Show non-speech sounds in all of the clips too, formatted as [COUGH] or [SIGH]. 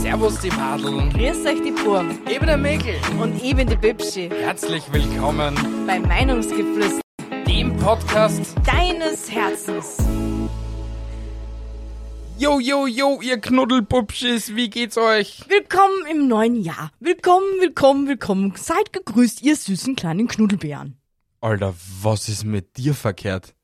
Servus die Madeln. Grüß euch die Burm Eben der Mäkel. und ich bin die Bibschi Herzlich willkommen bei Meinungsgeflüster dem Podcast. deines Herzens. Yo, yo, yo, ihr Knuddelpupschis, wie geht's euch? Willkommen im neuen Jahr. Willkommen, willkommen, willkommen. Seid gegrüßt, ihr süßen kleinen Knuddelbären. Alter, was ist mit dir verkehrt?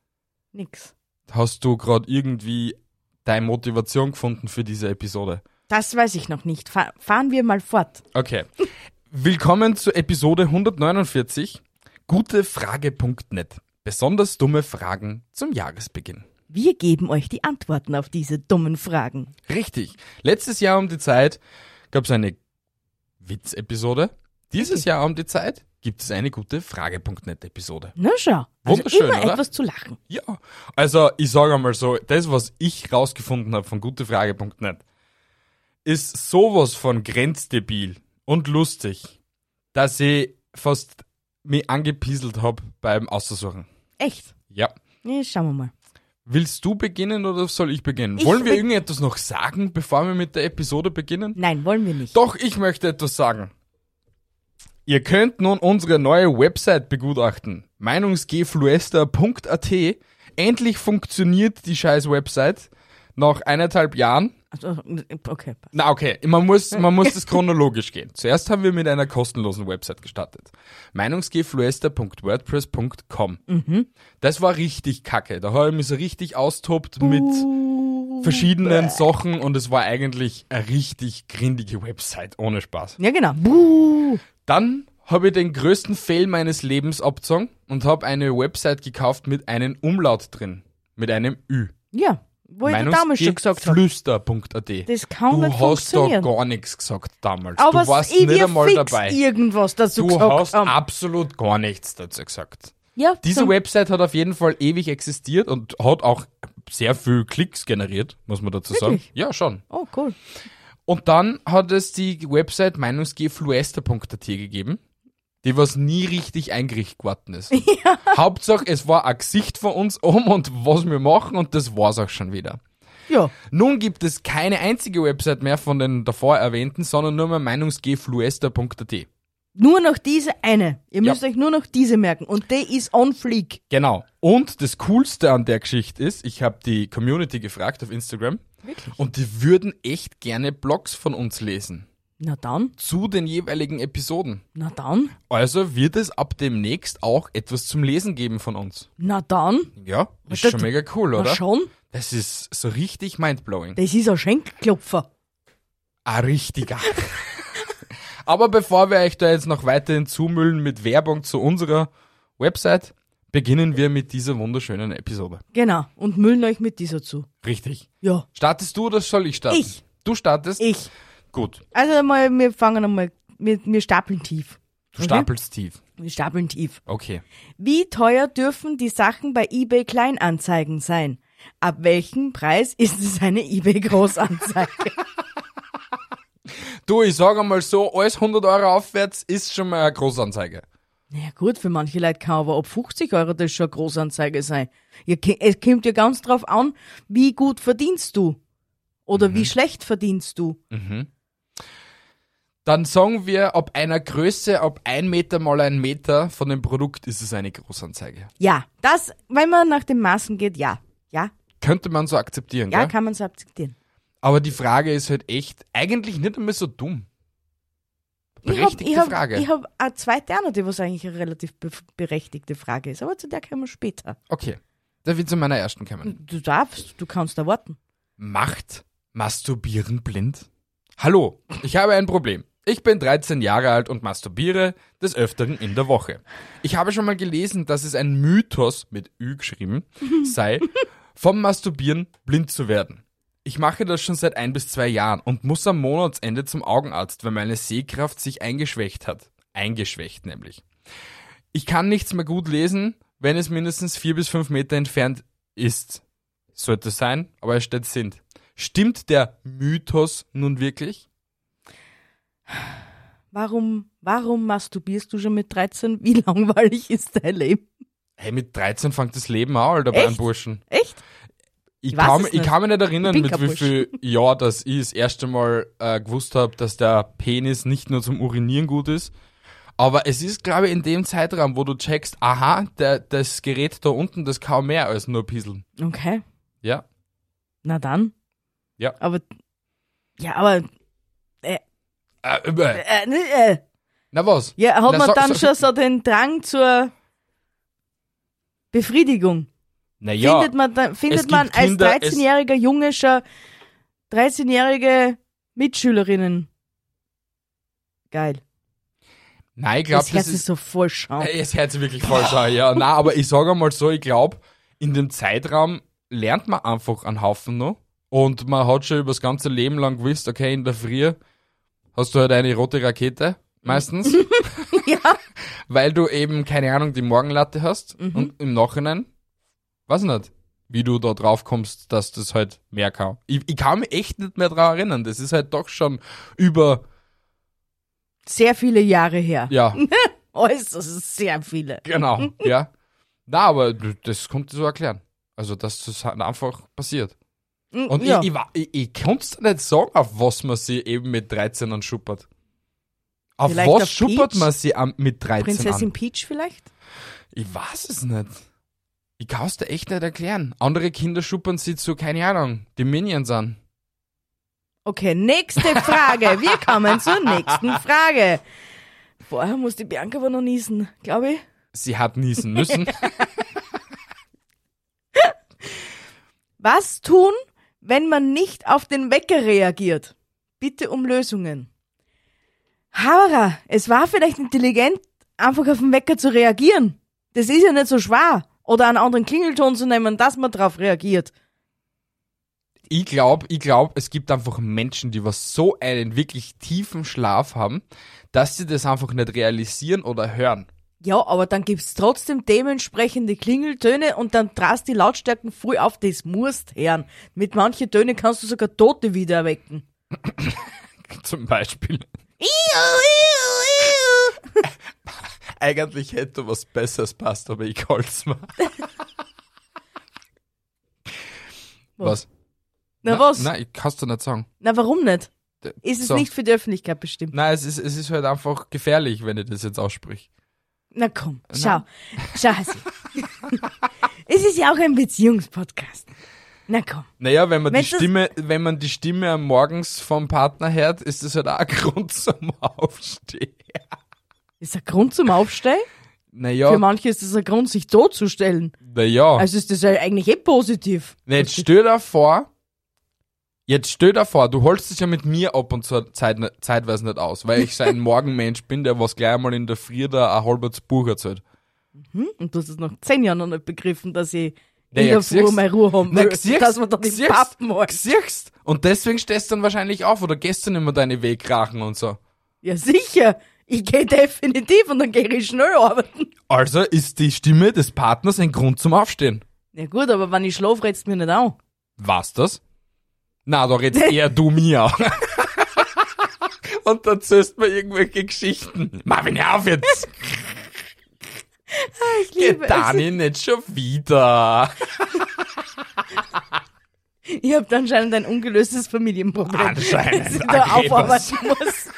Nix. Hast du gerade irgendwie deine Motivation gefunden für diese Episode? Das weiß ich noch nicht. Fa fahren wir mal fort. Okay. Willkommen zu Episode 149. Gutefrage.net. Besonders dumme Fragen zum Jahresbeginn. Wir geben euch die Antworten auf diese dummen Fragen. Richtig. Letztes Jahr um die Zeit gab es eine Witz-Episode. Dieses Jahr um die Zeit gibt es eine gute Frage.net-Episode. Na schau. Also Wunderschön, immer oder? etwas zu lachen. Ja, also ich sage einmal so, das, was ich rausgefunden habe von gutefrage.net, ist sowas von grenzdebil und lustig, dass ich fast mich angepieselt habe beim Aussuchen. Echt. Ja. Nee, schauen wir mal. Willst du beginnen oder soll ich beginnen? Ich Wollen wir be- irgendetwas noch sagen, bevor wir mit der Episode beginnen? Nein, wollen wir nicht. Doch, ich möchte etwas sagen. Ihr könnt nun unsere neue Website begutachten. Meinungsgefluester.at. Endlich funktioniert die scheiß Website. Nach eineinhalb Jahren. Also, okay. passt. Na okay, man muss, man muss das chronologisch gehen. Zuerst haben wir mit einer kostenlosen Website gestartet. Meinungsgefluester.wordpress.com. Das war richtig kacke. Da habe ich mich so richtig austobt mit verschiedenen Sachen und es war eigentlich eine richtig grindige Website, ohne Spaß. Ja, genau. Buh. Dann habe ich den größten Fail meines Lebens abgezogen und habe eine Website gekauft mit einem Umlaut drin. Mit einem Ü. Ja, wo ich den Daumen schon gesagt habe. Flüster.at. Das kann du nicht hast da funktionieren. gar nichts gesagt damals. Aber du warst ich nicht wir einmal fix dabei. irgendwas dazu du gesagt hast haben. absolut gar nichts dazu gesagt. Ja, Diese zum- Website hat auf jeden Fall ewig existiert und hat auch sehr viel Klicks generiert, muss man dazu sagen. Wirklich? Ja, schon. Oh, cool. Und dann hat es die Website meinungsgefluester.at gegeben, die was nie richtig eingerichtet geworden ist. Hauptsache, es war ein Gesicht von uns um und was wir machen und das war's auch schon wieder. Ja, Nun gibt es keine einzige Website mehr von den davor erwähnten, sondern nur mehr meinungsgefluester.at. nur noch diese eine. Ihr Ja. müsst euch nur noch diese merken. Und die ist on fleek. Genau. Und das Coolste an der Geschichte ist, ich habe die Community gefragt auf Instagram Wirklich? und die würden echt gerne Blogs von uns lesen Na dann, zu den jeweiligen Episoden. na dann, Also wird es ab demnächst auch etwas zum Lesen geben von uns. na dann. Ja, ist Das- schon mega cool, Na oder? schon, Das ist so richtig mindblowing. das ist ein Schenkklopfer. Ah, richtiger. [LAUGHS] Aber bevor wir euch da jetzt noch weiterhin zumüllen mit Werbung zu unserer Website, beginnen wir mit dieser wunderschönen Episode. Genau, und müllen euch mit dieser zu. Richtig. Ja, Startest du oder soll ich starten? Ich. Du startest? ich. Gut. Also mal, wir fangen einmal, wir, wir stapeln tief. Du stapelst tief. Wir stapeln tief. Okay. Wie teuer dürfen die Sachen bei eBay Kleinanzeigen sein? Ab welchem Preis ist es eine eBay Großanzeige? Du, ich sage mal so, alles 100 Euro aufwärts ist schon mal eine Großanzeige. naja gut, für manche Leute kann aber ab 50 Euro das schon eine Großanzeige sein. Ihr ke- Es kommt ja ganz drauf an, wie gut verdienst du oder Mhm. wie schlecht verdienst du. Dann sagen wir, ab einer Größe, ab 1 Meter mal 1 Meter von dem Produkt ist es eine Großanzeige. Ja, das, wenn man nach den Maßen geht, ja. Ja, Könnte man so akzeptieren, ja, ja, gell? kann man so akzeptieren. Aber die Frage ist halt echt, eigentlich nicht einmal so dumm. Berechtigte ich hab, Frage. Ich habe eine zweite Ahnung, die was eigentlich eine relativ be berechtigte Frage ist, aber zu der kommen wir später. okay, darf ich zu meiner ersten kommen? Du darfst, du kannst erwarten. Macht Masturbieren blind? Hallo, ich habe ein Problem. Ich bin 13 Jahre alt und masturbiere des Öfteren in der Woche. Ich habe schon mal gelesen, dass es ein Mythos mit Ü geschrieben sei, vom Masturbieren blind zu werden. Ich mache das schon seit ein bis zwei Jahren und muss am Monatsende zum Augenarzt, weil meine Sehkraft sich eingeschwächt hat. Eingeschwächt nämlich. Ich kann nichts mehr gut lesen, wenn es mindestens vier bis fünf Meter entfernt ist. Sollte sein, aber es steht sind. Stimmt der Mythos nun wirklich? Warum, warum masturbierst du schon mit 13? Wie [LAUGHS] langweilig ist dein Leben? Hey, mit 13 fängt das Leben an, Alter, bei einem Echt? Burschen. Echt? Ich, weiß kann, es mich- ich nicht. kann mich nicht erinnern, Ich mit bin kein wie Bursch. [LAUGHS] viel Jahr das ich das erste Mal äh, gewusst habe, dass der Penis nicht nur zum Urinieren gut ist. Aber es ist, glaube ich, in dem Zeitraum, wo du checkst, aha, der, das Gerät da unten, das kann mehr als nur pisseln. Okay. Ja. Na dann. Ja. Aber, ja, aber, Äh, äh, äh, ne, äh, na was? ja, hat Na, man so- dann so- schon so den Drang zur Befriedigung? Naja, Findet man, dann- findet gibt man als Kinder, es- 13-jähriger Junge schon 13-jährige Mitschülerinnen? Geil. nein, ich glaube, das das, Herz ist, ist so voll schau. Ey, Es hört sich wirklich falsch an, ja. Nein, aber ich sage einmal so, ich glaube, in dem Zeitraum lernt man einfach einen Haufen noch. Und man hat schon über das ganze Leben lang gewusst, okay, in der Früh hast du halt eine rote Rakete, meistens. [LAUGHS] Ja. Weil du eben, keine Ahnung, die Morgenlatte hast. Mhm. Und im Nachhinein, weiß ich nicht, wie du da drauf kommst, dass das halt mehr kann. Ich, ich kann mich echt nicht mehr daran erinnern. Das ist halt doch schon über, Sehr viele Jahre her. ja, Äußerst sehr viele. [LAUGHS] Genau, ja. Na, aber d- das kommt so erklären. Also, dass das halt einfach passiert. Und Hm, ja. ich, ich, wa- ich, ich kann's dir nicht sagen, auf was man sie eben mit 13 an schuppert. Auf Vielleicht was auf schuppert Peach? man sie am, mit 13 Prinzessin an? Peach vielleicht? Ich weiß es nicht. Ich kann's dir echt nicht erklären. Andere Kinder schuppern sie zu, keine Ahnung, die Minions an. Okay, nächste Frage. Wir kommen zur nächsten Frage. Vorher muss die Bianca aber noch niesen, glaube ich. Sie hat niesen [LAUGHS] müssen. Was tun, wenn man nicht auf den Wecker reagiert? Bitte um Lösungen. Havara, es war vielleicht intelligent, einfach auf den Wecker zu reagieren. Das ist ja nicht so schwer. Oder einen anderen Klingelton zu nehmen, dass man drauf reagiert. Ich glaube, ich glaube, es gibt einfach Menschen, die was so einen wirklich tiefen Schlaf haben, dass sie das einfach nicht realisieren oder hören. Ja, aber dann gibt's trotzdem dementsprechende Klingeltöne und dann drast die Lautstärken voll auf, das musst hören. Mit manchen Tönen kannst du sogar Tote wieder erwecken. Zum Beispiel. Eigentlich hätte was Besseres passt, aber ich hol's [LAUGHS] mal. Was? Was? Na, was? Nein, ich kann's dir nicht sagen. Na warum nicht? D- Ist es so. nicht für die Öffentlichkeit bestimmt? Nein, es ist, es ist halt einfach gefährlich, wenn ich das jetzt aussprich. Na komm, schau. Schau, Hasi. es ist ja auch ein Beziehungspodcast. Na komm. Naja, wenn man, Wenn die das- Stimme, wenn man die Stimme am Morgens vom Partner hört, ist das halt auch ein [LAUGHS] Grund zum Aufstehen. Ist ein Grund zum Aufstehen? Für Naja, manche ist das ein Grund, sich totzustellen. naja. Also ist das ja eigentlich eh positiv. Na, jetzt stell dir vor, jetzt stell dir vor, du holst dich ja mit mir ab und zu Zeit, ne, zeitweise nicht aus, weil ich so [LAUGHS] ein Morgenmensch bin, der was gleich einmal in der Früh da ein halbes Buch erzählt. Und du hast es nach zehn Jahren noch nicht begriffen, dass ich Ja, in ja, der Früh siehst- meine Ruhe haben Na, will, siehst- dass man da die siehst- Pappen hat. Siehst? Und deswegen stehst du dann wahrscheinlich auf oder gehst du nicht mehr deine Weg rachen und so. Ja, sicher. Ich gehe definitiv und dann gehe ich schnell arbeiten. Also ist die Stimme des Partners ein Grund zum Aufstehen. Ja gut, aber wenn ich schlafe, redst mir nicht an. Was das? Na, da redst eher du [LAUGHS] mir. und dann zählst mir irgendwelche Geschichten. Marvin, hör auf jetzt! Ich Geht liebe es. Dani nicht schon [LAUGHS] wieder. Ich habe anscheinend ein ungelöstes Ah, Familienproblem, [LAUGHS] das ich Anscheinend. da Okay, was- aufarbeiten muss.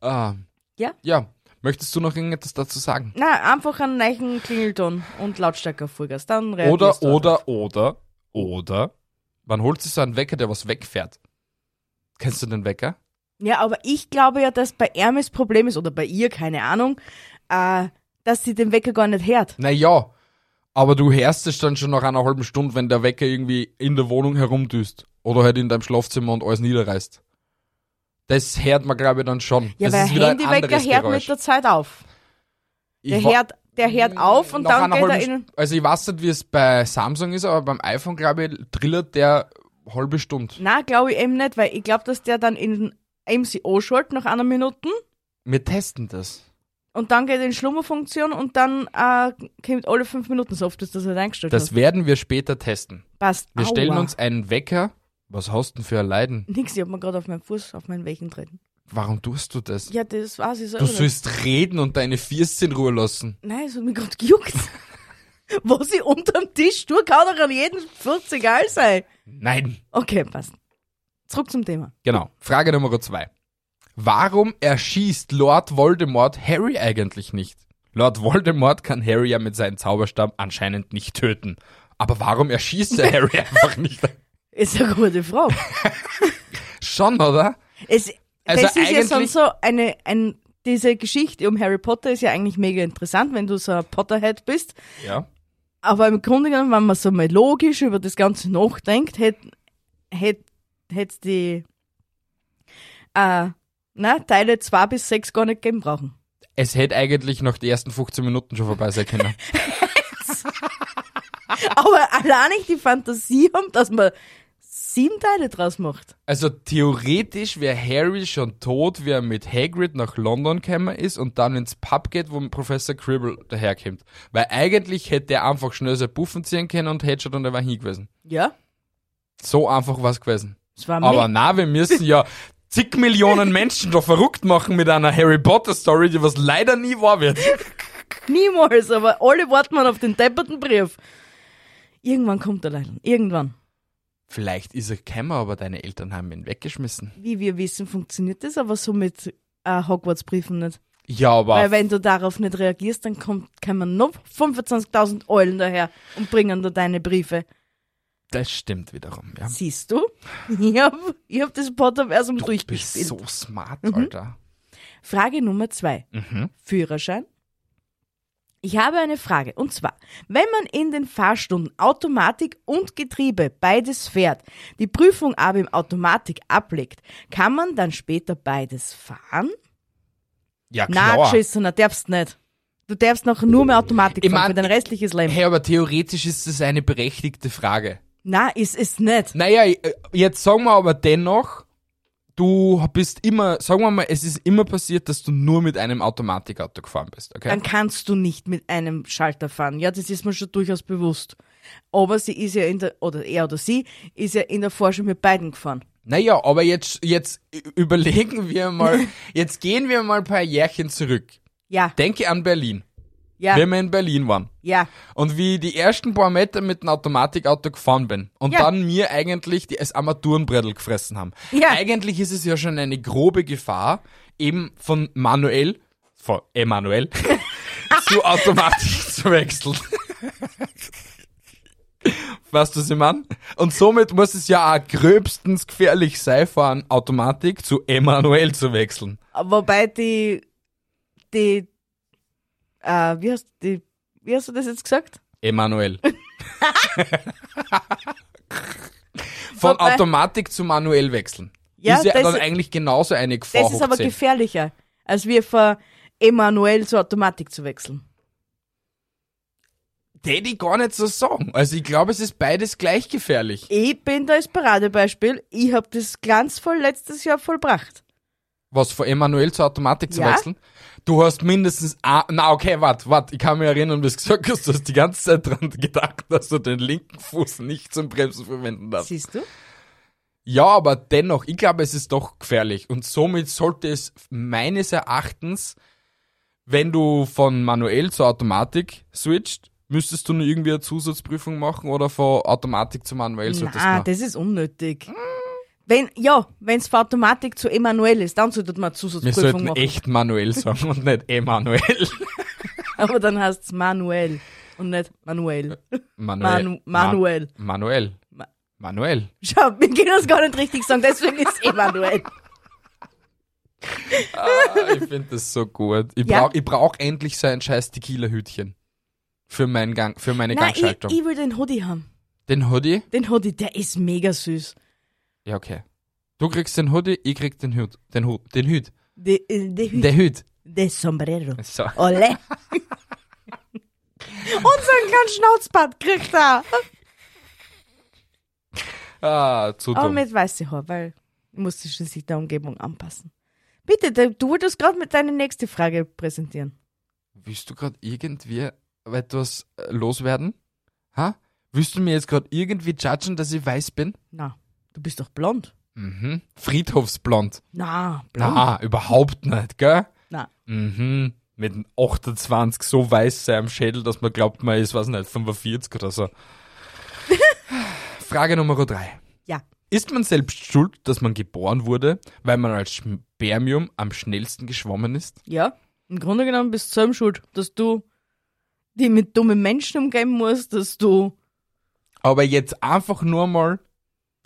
Ah. Ja? Ja. Möchtest du noch irgendetwas dazu sagen? Na, einfach einen neuen Klingelton und Lautstärke Vollgas, dann reagierst Oder, du oder, oder, oder. Wann holt sich so einen Wecker, der was wegfährt? Kennst du den Wecker? Ja, aber ich glaube ja, dass bei Ermes Problem ist, oder bei ihr, keine Ahnung, äh, dass sie den Wecker gar nicht hört. Naja, aber du hörst es dann schon nach einer halben Stunde, wenn der Wecker irgendwie in der Wohnung herumdüst. Oder halt in deinem Schlafzimmer und alles niederreißt. Das hört man, glaube ich, dann schon. Ja, das weil ist wieder ein Handywecker anderes hört Geräusch. mit der Zeit auf. Der Ich wa- hört, der hört auf und Mhm. Nach dann einer geht er halben in. St- Also ich weiß nicht, wie es bei Samsung ist, aber beim iPhone, glaube ich, trillert der halbe Stunde. Na, glaube ich eben nicht, weil ich glaube, dass der dann in MCO schaut nach einer Minute Wir testen das. und dann geht er in Schlummerfunktion und dann äh, kommt alle fünf Minuten so oft, dass das halt eingestellt Das hast. werden wir später testen. Passt. Wir Aua. stellen uns einen Wecker. Was hast du denn für ein Leiden? Nix, ich hab mir gerade auf meinen Fuß, auf meinen Welchen treten. Warum tust du das? Ja, das weiß ich selber. Du nicht. sollst reden und deine Füße in Ruhe lassen. Nein, es hat mich gerade gejuckt. [LAUGHS] wo sie unterm Tisch durchhaut auch an jeden 40 egal sei. Nein. Okay, passt. Zurück zum Thema. Genau. Frage Nummer zwei. Warum erschießt Lord Voldemort Harry eigentlich nicht? Lord Voldemort kann Harry ja mit seinem Zauberstab anscheinend nicht töten. Aber warum erschießt er Harry [LAUGHS] einfach nicht? Ist eine gute Frage. Schon, oder? Es, Also das ist ja eigentlich- sonst so eine, ein, diese Geschichte um Harry Potter ist ja eigentlich mega interessant, wenn du so ein Potterhead bist. Ja. Aber im Grunde genommen, wenn man so mal logisch über das Ganze nachdenkt, hätte hätt, hätt die äh, na, Teile 2 bis 6 gar nicht geben brauchen. Es hätte eigentlich noch die ersten 15 Minuten schon vorbei sein [LAUGHS] können. Aber allein nicht die Fantasie haben, dass man sieben Teile draus macht. Also theoretisch wäre Harry schon tot, wie er mit Hagrid nach London gekommen ist und dann ins Pub geht, wo Professor Cribble daherkommt. Weil eigentlich hätte er einfach schnell sein Puffen ziehen können und hätte schon dann einfach hin gewesen. Ja, So einfach was gewesen. es war Aber mega. na, wir müssen ja zig Millionen Menschen doch verrückt machen mit einer Harry Potter Story, die was leider nie wahr wird. Niemals, aber alle warten man auf den depperten Brief. Irgendwann kommt er leider. Irgendwann. Vielleicht ist er gekommen, aber deine Eltern haben ihn weggeschmissen. Wie wir wissen, funktioniert das aber so mit äh, Hogwarts-Briefen nicht. Ja, aber Weil wenn du darauf nicht reagierst, dann kommt, kommen noch 25.000 Eulen daher und bringen dir deine Briefe. das stimmt wiederum, ja. Siehst du? [LAUGHS] Ich hab, ich hab das Potterversum Du bist durchgespielt. so smart, Mhm. Alter. Frage Nummer zwei. Mhm. Führerschein. Ich habe eine Frage. Und zwar, wenn man in den Fahrstunden Automatik und Getriebe beides fährt, die Prüfung aber im Automatik ablegt, kann man dann später beides fahren? Ja, Na, klar. Geschissener, darfst nicht. Du darfst nachher nur mehr Automatik Ich fahren mein, für dein restliches Leben. Hey, aber theoretisch ist das eine berechtigte Frage. Na, ist es nicht. Naja, äh, jetzt sagen wir aber dennoch, du bist immer, sagen wir mal, es ist immer passiert, dass du nur mit einem Automatikauto gefahren bist, okay? Dann kannst du nicht mit einem Schalter fahren. Ja, das ist mir schon durchaus bewusst. Aber sie ist ja in der, oder er oder sie, ist ja in der Forschung mit beiden gefahren. Naja, aber jetzt, jetzt ü- überlegen wir [LAUGHS] mal, jetzt gehen wir mal ein paar Jährchen zurück. Ja, Denke an Berlin, ja, wenn wir in Berlin waren. ja. Und wie ich die ersten paar Meter mit dem Automatikauto gefahren bin und Ja. dann mir eigentlich die, das Armaturenbrettel gefressen haben. Ja. Eigentlich ist es ja schon eine grobe Gefahr, eben von manuell, von [LAUGHS] Emanuel, zu Automatik zu wechseln. Weißt du, was ich meine? Und somit muss es ja auch gröbstens gefährlich sein, von Automatik zu Emanuel zu wechseln. Wobei die, die, äh, wie hast die, wie hast du das jetzt gesagt? Emanuel. [LAUGHS] Von Wobei- Automatik zu manuell wechseln. Ja, ist ja das- dann eigentlich genauso eine Gefahr. das ist aber hochzählen. gefährlicher, als wir von Emanuel zur Automatik zu wechseln. Tät ich gar nicht so sagen. Also ich glaube, es ist beides gleich gefährlich. Ich bin da als Paradebeispiel. Ich habe das glanzvoll letztes Jahr vollbracht. Was von Emanuel zur Automatik zu Ja. wechseln? Du hast mindestens. Ah, na, okay, warte, warte. Ich kann mich erinnern, wie du gesagt hast, du hast die ganze Zeit dran gedacht, dass du den linken Fuß nicht zum Bremsen verwenden darfst. Siehst du? Ja, aber dennoch, ich glaube, es ist doch gefährlich. Und somit sollte es meines Erachtens, wenn du von manuell zur Automatik switcht, müsstest du nur irgendwie eine Zusatzprüfung machen oder von Automatik zu manuell solltest du Ah, machen. das ist unnötig. Wenn, ja, wenn es von Automatik zu Emanuel ist, dann sollte man eine Wir Zusatzprüfung sollten eh- machen. echt manuell sagen und nicht [LAUGHS] Emanuel. Aber dann heißt es Manuel und nicht Manuel. Manuel. Manu Manuel. Ma Manuel. Ma- Manuel. Schau, wir können das gar nicht richtig sagen, deswegen ist [LAUGHS] Emanuel. Ah, ich finde das so gut. Ich Ja. brauch, ich brauch endlich so ein scheiß Tequila-Hütchen. Für, meinen Gang, für meine Nein, ich, Gangschaltung. ich will den Hoodie haben. Den Hoodie? Den Hoodie, der ist mega süß. Ja, okay. Du kriegst den Hoodie, ich krieg den Hut. Den Hut. Den Hut. Der de, de, Hü- Der Hut. de Sombrero. So. Ole. [LAUGHS] Unseren kleinen Schnauzbart kriegt er. Ah, zu Aber dumm. Oh, mit weißem Haar, weil ich musste schon sich der Umgebung anpassen. Bitte, du du wolltest gerade mit deiner nächsten Frage präsentieren. Willst du gerade irgendwie etwas äh, loswerden? Ha? Willst du mir jetzt gerade irgendwie judgen, dass ich weiß bin? Na, du bist doch blond. Mhm. Friedhofsblond. Na, blond. Na, überhaupt nicht, gell? Na. Mhm. mit dem 28 so weiß sei am Schädel, dass man glaubt, man ist, was nicht, 45 oder [LAUGHS] so. Frage Nummer drei. Ja. Ist man selbst schuld, dass man geboren wurde, weil man als Spermium am schnellsten geschwommen ist? Ja, im Grunde genommen bist du selber schuld, dass du dich mit dummen Menschen umgeben musst, dass du. Aber jetzt einfach nur mal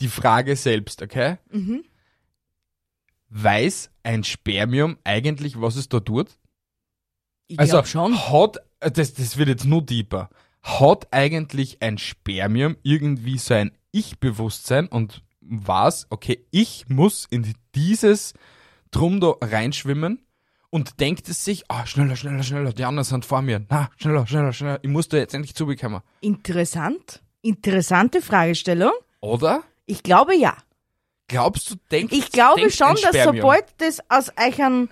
die Frage selbst, okay? Mhm. Weiß ein Spermium eigentlich, was es da tut? Ich Also glaub schon. hat, äh, das, das wird jetzt nur deeper, hat eigentlich ein Spermium irgendwie so ein Ich-Bewusstsein und was, okay, ich muss in dieses Drum da reinschwimmen und denkt es sich, ah, schneller, schneller, schneller, die anderen sind vor mir, na, schneller, schneller, schneller, ich muss da jetzt endlich zubekommen. Interessant. Interessante Fragestellung. Oder? Ich glaube ja. Glaubst du, denkt Ich glaube denkt schon, ein dass Spermium? sobald Ah. das aus euch ein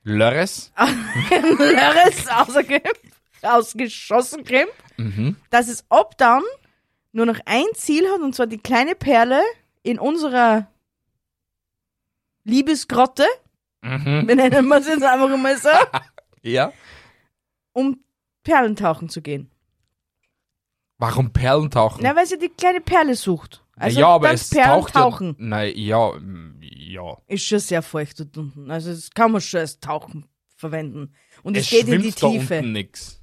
[LAUGHS] Lörres? Lörres rauskommt, rausgeschossen kommt, Mhm. dass es ab dann nur noch ein Ziel hat, und zwar die kleine Perle in unserer Liebesgrotte, [LAUGHS] Mhm. benennen wir es jetzt einfach mal [LAUGHS] so, Ja. um Perlentauchen zu gehen. Warum Perlen tauchen? Na, weil sie die kleine Perle sucht. Also ja, aber dann es Perlen taucht tauchen. ja. Nein, ja, mm, ja. Ist schon sehr feucht dort unten. Also das kann man schon als Tauchen verwenden. Und es, es geht in schwimmt die da Tiefe. unten nix.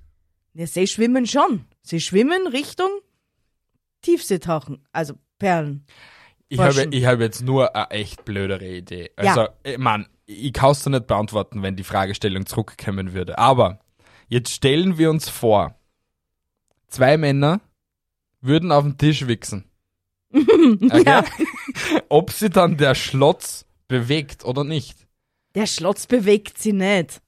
Ja, sie schwimmen schon. Sie schwimmen Richtung Tiefseetauchen, also Perlen. Ich Forschen. habe, ich habe jetzt nur eine echt blödere Idee. Ja. Also, ich Mann, ich kann es dir nicht beantworten, wenn die Fragestellung zurückkommen würde. Aber jetzt stellen wir uns vor, zwei Männer würden auf den Tisch [LAUGHS] wichsen. Okay? Ja. [LAUGHS] Ob sie dann der Schlotz bewegt oder nicht. Der Schlotz bewegt sie nicht.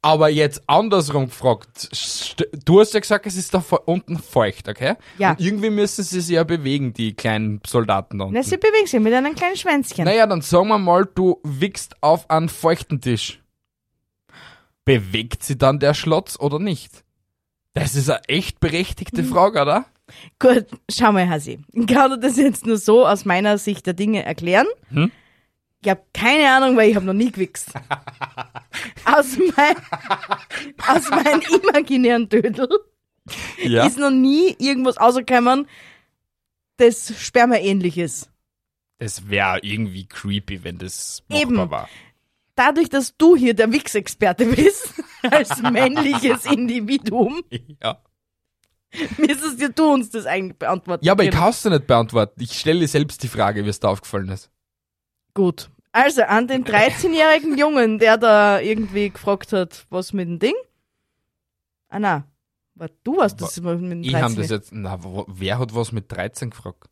Aber jetzt andersrum gefragt, st- du hast ja gesagt, es ist da fe- unten feucht, okay? Ja. Und irgendwie müssen sie sich ja bewegen, die kleinen Soldaten da unten. Na, sie bewegt sie mit einem kleinen Schwänzchen. Naja, dann sagen wir mal, du wickst auf einen feuchten Tisch. Bewegt sie dann der Schlotz oder nicht? Das ist eine echt berechtigte Frage, oder? Gut, schau mal, Hasi. Ich kann dir das jetzt nur so aus meiner Sicht der Dinge erklären. Hm? Ich habe keine Ahnung, weil ich habe noch nie [LAUGHS] gewichst. aus, mein, aus meinem imaginären Dödel Ja. ist noch nie irgendwas rausgekommen, das spermaähnlich ist. Das wäre irgendwie creepy, wenn das machbar Eben. war. [LAUGHS] dadurch, dass du hier der Wix-Experte bist, [LAUGHS] als männliches Individuum, Ja. müsstest ja du uns das eigentlich beantworten. ja, aber ich können. kann es dir nicht beantworten. Ich stelle dir selbst die Frage, wie es da aufgefallen ist. Gut. Also, an den 13-jährigen Jungen, der da irgendwie gefragt hat, was mit dem Ding? Ah, na. Du warst das immer mit dem Ich habe 13. das jetzt. Na, wo, wer hat was mit 13 gefragt?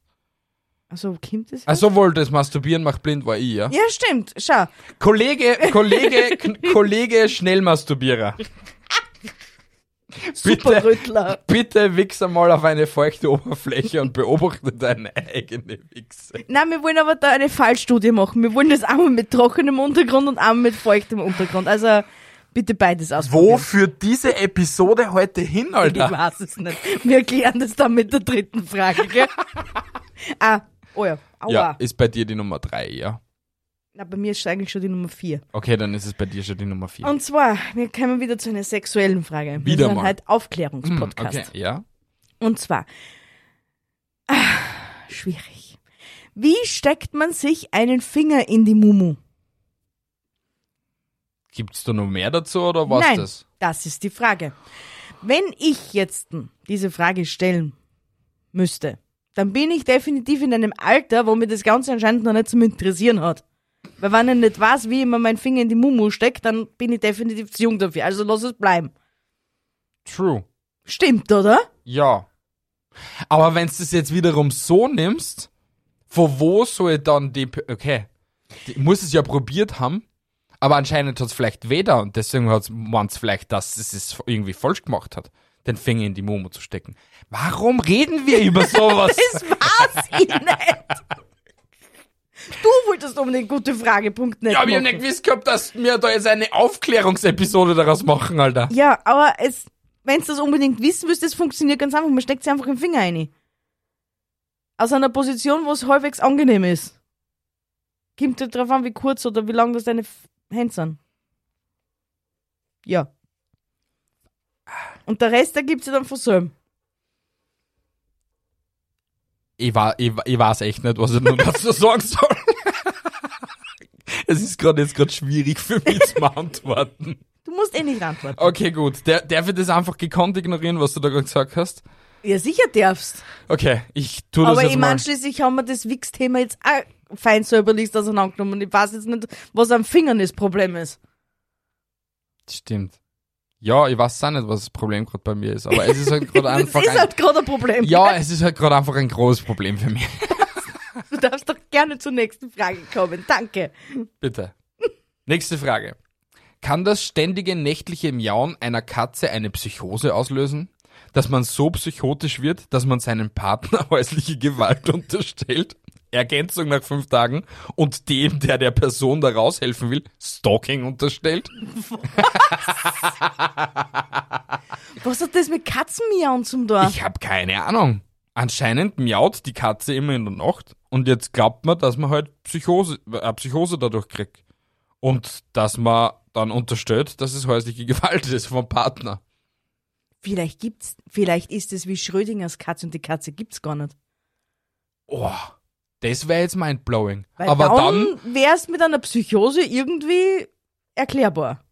Also, kommt das? her? Also wohl das Masturbieren macht blind war ich, ja? ja, stimmt. Schau. Kollege, Kollege, [LAUGHS] K- Kollege Schnellmasturbierer. Bitte. Superrüttler. Bitte wichs einmal auf eine feuchte Oberfläche und beobachte deine eigene Wichse. Nein, wir wollen aber da eine Fallstudie machen. Wir wollen das einmal mit trockenem Untergrund und einmal mit feuchtem Untergrund. Also, bitte beides ausprobieren. Wo führt diese Episode heute hin, Ich Alter? weiß es nicht. Wir klären das dann mit der dritten Frage, [LAUGHS] gell? ah, oh ja. Aua. Ja, ist bei dir die Nummer drei, ja. Na, bei mir ist eigentlich schon die Nummer vier. Okay, dann ist es bei dir schon die Nummer vier. Und zwar, wir kommen wieder zu einer sexuellen Frage. Wieder wir sind mal. halt Hm, Aufklärungspodcast. okay, ja. Und zwar, ah, schwierig. Wie steckt man sich einen Finger in die Mumu? Gibt's da noch mehr dazu oder was Nein, das? ist die Frage. Wenn ich jetzt diese Frage stellen müsste, dann bin ich definitiv in einem Alter, wo mir das Ganze anscheinend noch nicht zum Interessieren hat. Weil wenn ich nicht weiß, wie immer mein Finger in die Mumu steckt, dann bin ich definitiv zu jung dafür. Also lass es bleiben. True. Stimmt, oder? Ja. Aber wenn du das jetzt wiederum so nimmst, von wo soll dann die. P- Okay. Die muss es ja probiert haben, aber anscheinend hat es vielleicht weder und deswegen hat es vielleicht, dass es es irgendwie falsch gemacht hat, den Finger in die Momo zu stecken. Warum reden wir über sowas? Das war's ich nicht. Du wolltest unbedingt gute Fragepunkt nicht. ja, aber ich hab machen. nicht gewusst gehabt, dass wir da jetzt eine Aufklärungsepisode daraus machen, Alter. ja, aber es, wenn du das unbedingt wissen willst, das funktioniert ganz einfach. Man steckt sie einfach im Finger rein. Aus einer Position, wo es halbwegs angenehm ist. Kommt halt drauf an, wie kurz oder wie lang das deine F- Hände sind. Ja. Und der Rest ergibt sich dann von selber. Ich, wa- ich, wa- ich weiß echt nicht, was ich noch dazu sagen soll. [LAUGHS] es ist gerade jetzt gerade schwierig für mich zu antworten. Du musst eh nicht antworten. Okay, gut. Der, darf ich das einfach gekonnt ignorieren, was du da gerade gesagt hast? Ja, sicher darfst. Okay, ich tu das Aber jetzt ich mal. meine, schließlich haben wir das Wix-Thema jetzt auch fein säuberlichst auseinandergenommen. Und ich weiß jetzt nicht, was am Fingern das Problem ist. Stimmt. Ja, ich weiß auch nicht, was das Problem gerade bei mir ist, aber es ist [LAUGHS] halt gerade Das einfach ist ein, halt gerade ein Problem. ja, es ist halt gerade einfach ein großes Problem für mich. Du darfst doch gerne zur nächsten Frage kommen. Danke. Bitte. Nächste Frage. Kann das ständige nächtliche Miauen einer Katze eine Psychose auslösen? Dass man so psychotisch wird, dass man seinem Partner [LAUGHS] häusliche Gewalt unterstellt? Ergänzung nach fünf Tagen und dem, der der Person da raushelfen will, Stalking unterstellt? Was hat das mit Katzenmiauen zum Tor? Ich habe keine Ahnung. Anscheinend miaut die Katze immer in der Nacht und jetzt glaubt man, dass man halt Psychose, äh, Psychose dadurch kriegt. Und dass man dann unterstellt, dass es häusliche Gewalt ist vom Partner. Vielleicht gibt's, vielleicht ist es wie Schrödingers Katze und die Katze gibt's gar nicht. Oh, das wäre jetzt mindblowing. Weil Aber dann, dann, wär's mit einer Psychose irgendwie erklärbar.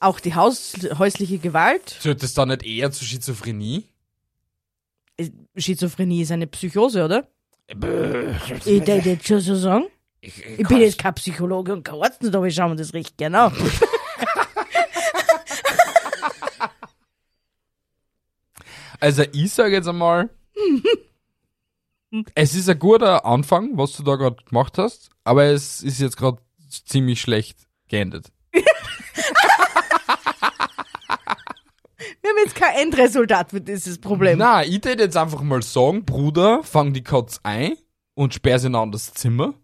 Auch die Haus häusliche Gewalt, führt es dann nicht eher zu Schizophrenie? Schizophrenie ist eine Psychose, oder? Ich Ich, darf jetzt schon so sagen. ich, Ich bin jetzt kein Psychologe und kein Arzt, nicht, aber ich schaue mir das richtig gerne an. Also ich sage jetzt einmal, [LAUGHS] es ist ein guter Anfang, was du da gerade gemacht hast, aber es ist jetzt gerade ziemlich schlecht geendet. Wir haben jetzt kein Endresultat für dieses Problem. Na, ich tät jetzt einfach mal sagen, Bruder, fang die Katz ein und sperr sie in ein anderes Zimmer.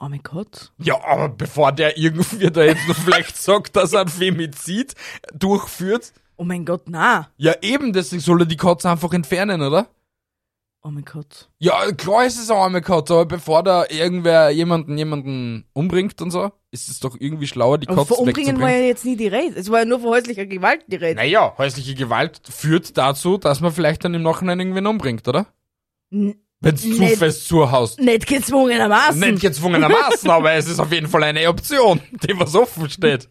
Oh mein Gott. Ja, aber bevor der [LAUGHS] irgendwie da jetzt noch vielleicht sagt, dass er ein Femizid durchführt, Oh mein Gott, na. ja eben, deswegen soll er die Katze einfach entfernen, oder? Oh mein Gott. Ja, klar ist es eine arme Katze, aber bevor da irgendwer jemanden, jemanden umbringt und so, ist es doch irgendwie schlauer, die Aber Katze vor Umbringen war wegzubringen. ja jetzt nie die Rede. Es war ja nur von häuslicher Gewalt die Rede. Naja, häusliche Gewalt führt dazu, dass man vielleicht dann im Nachhinein irgendwen umbringt, oder? N Wenn's zu Nicht- fest zuhaust. nicht gezwungenermaßen. Nicht gezwungenermaßen, aber es ist auf jeden Fall eine Option, [LAUGHS] die was offen steht.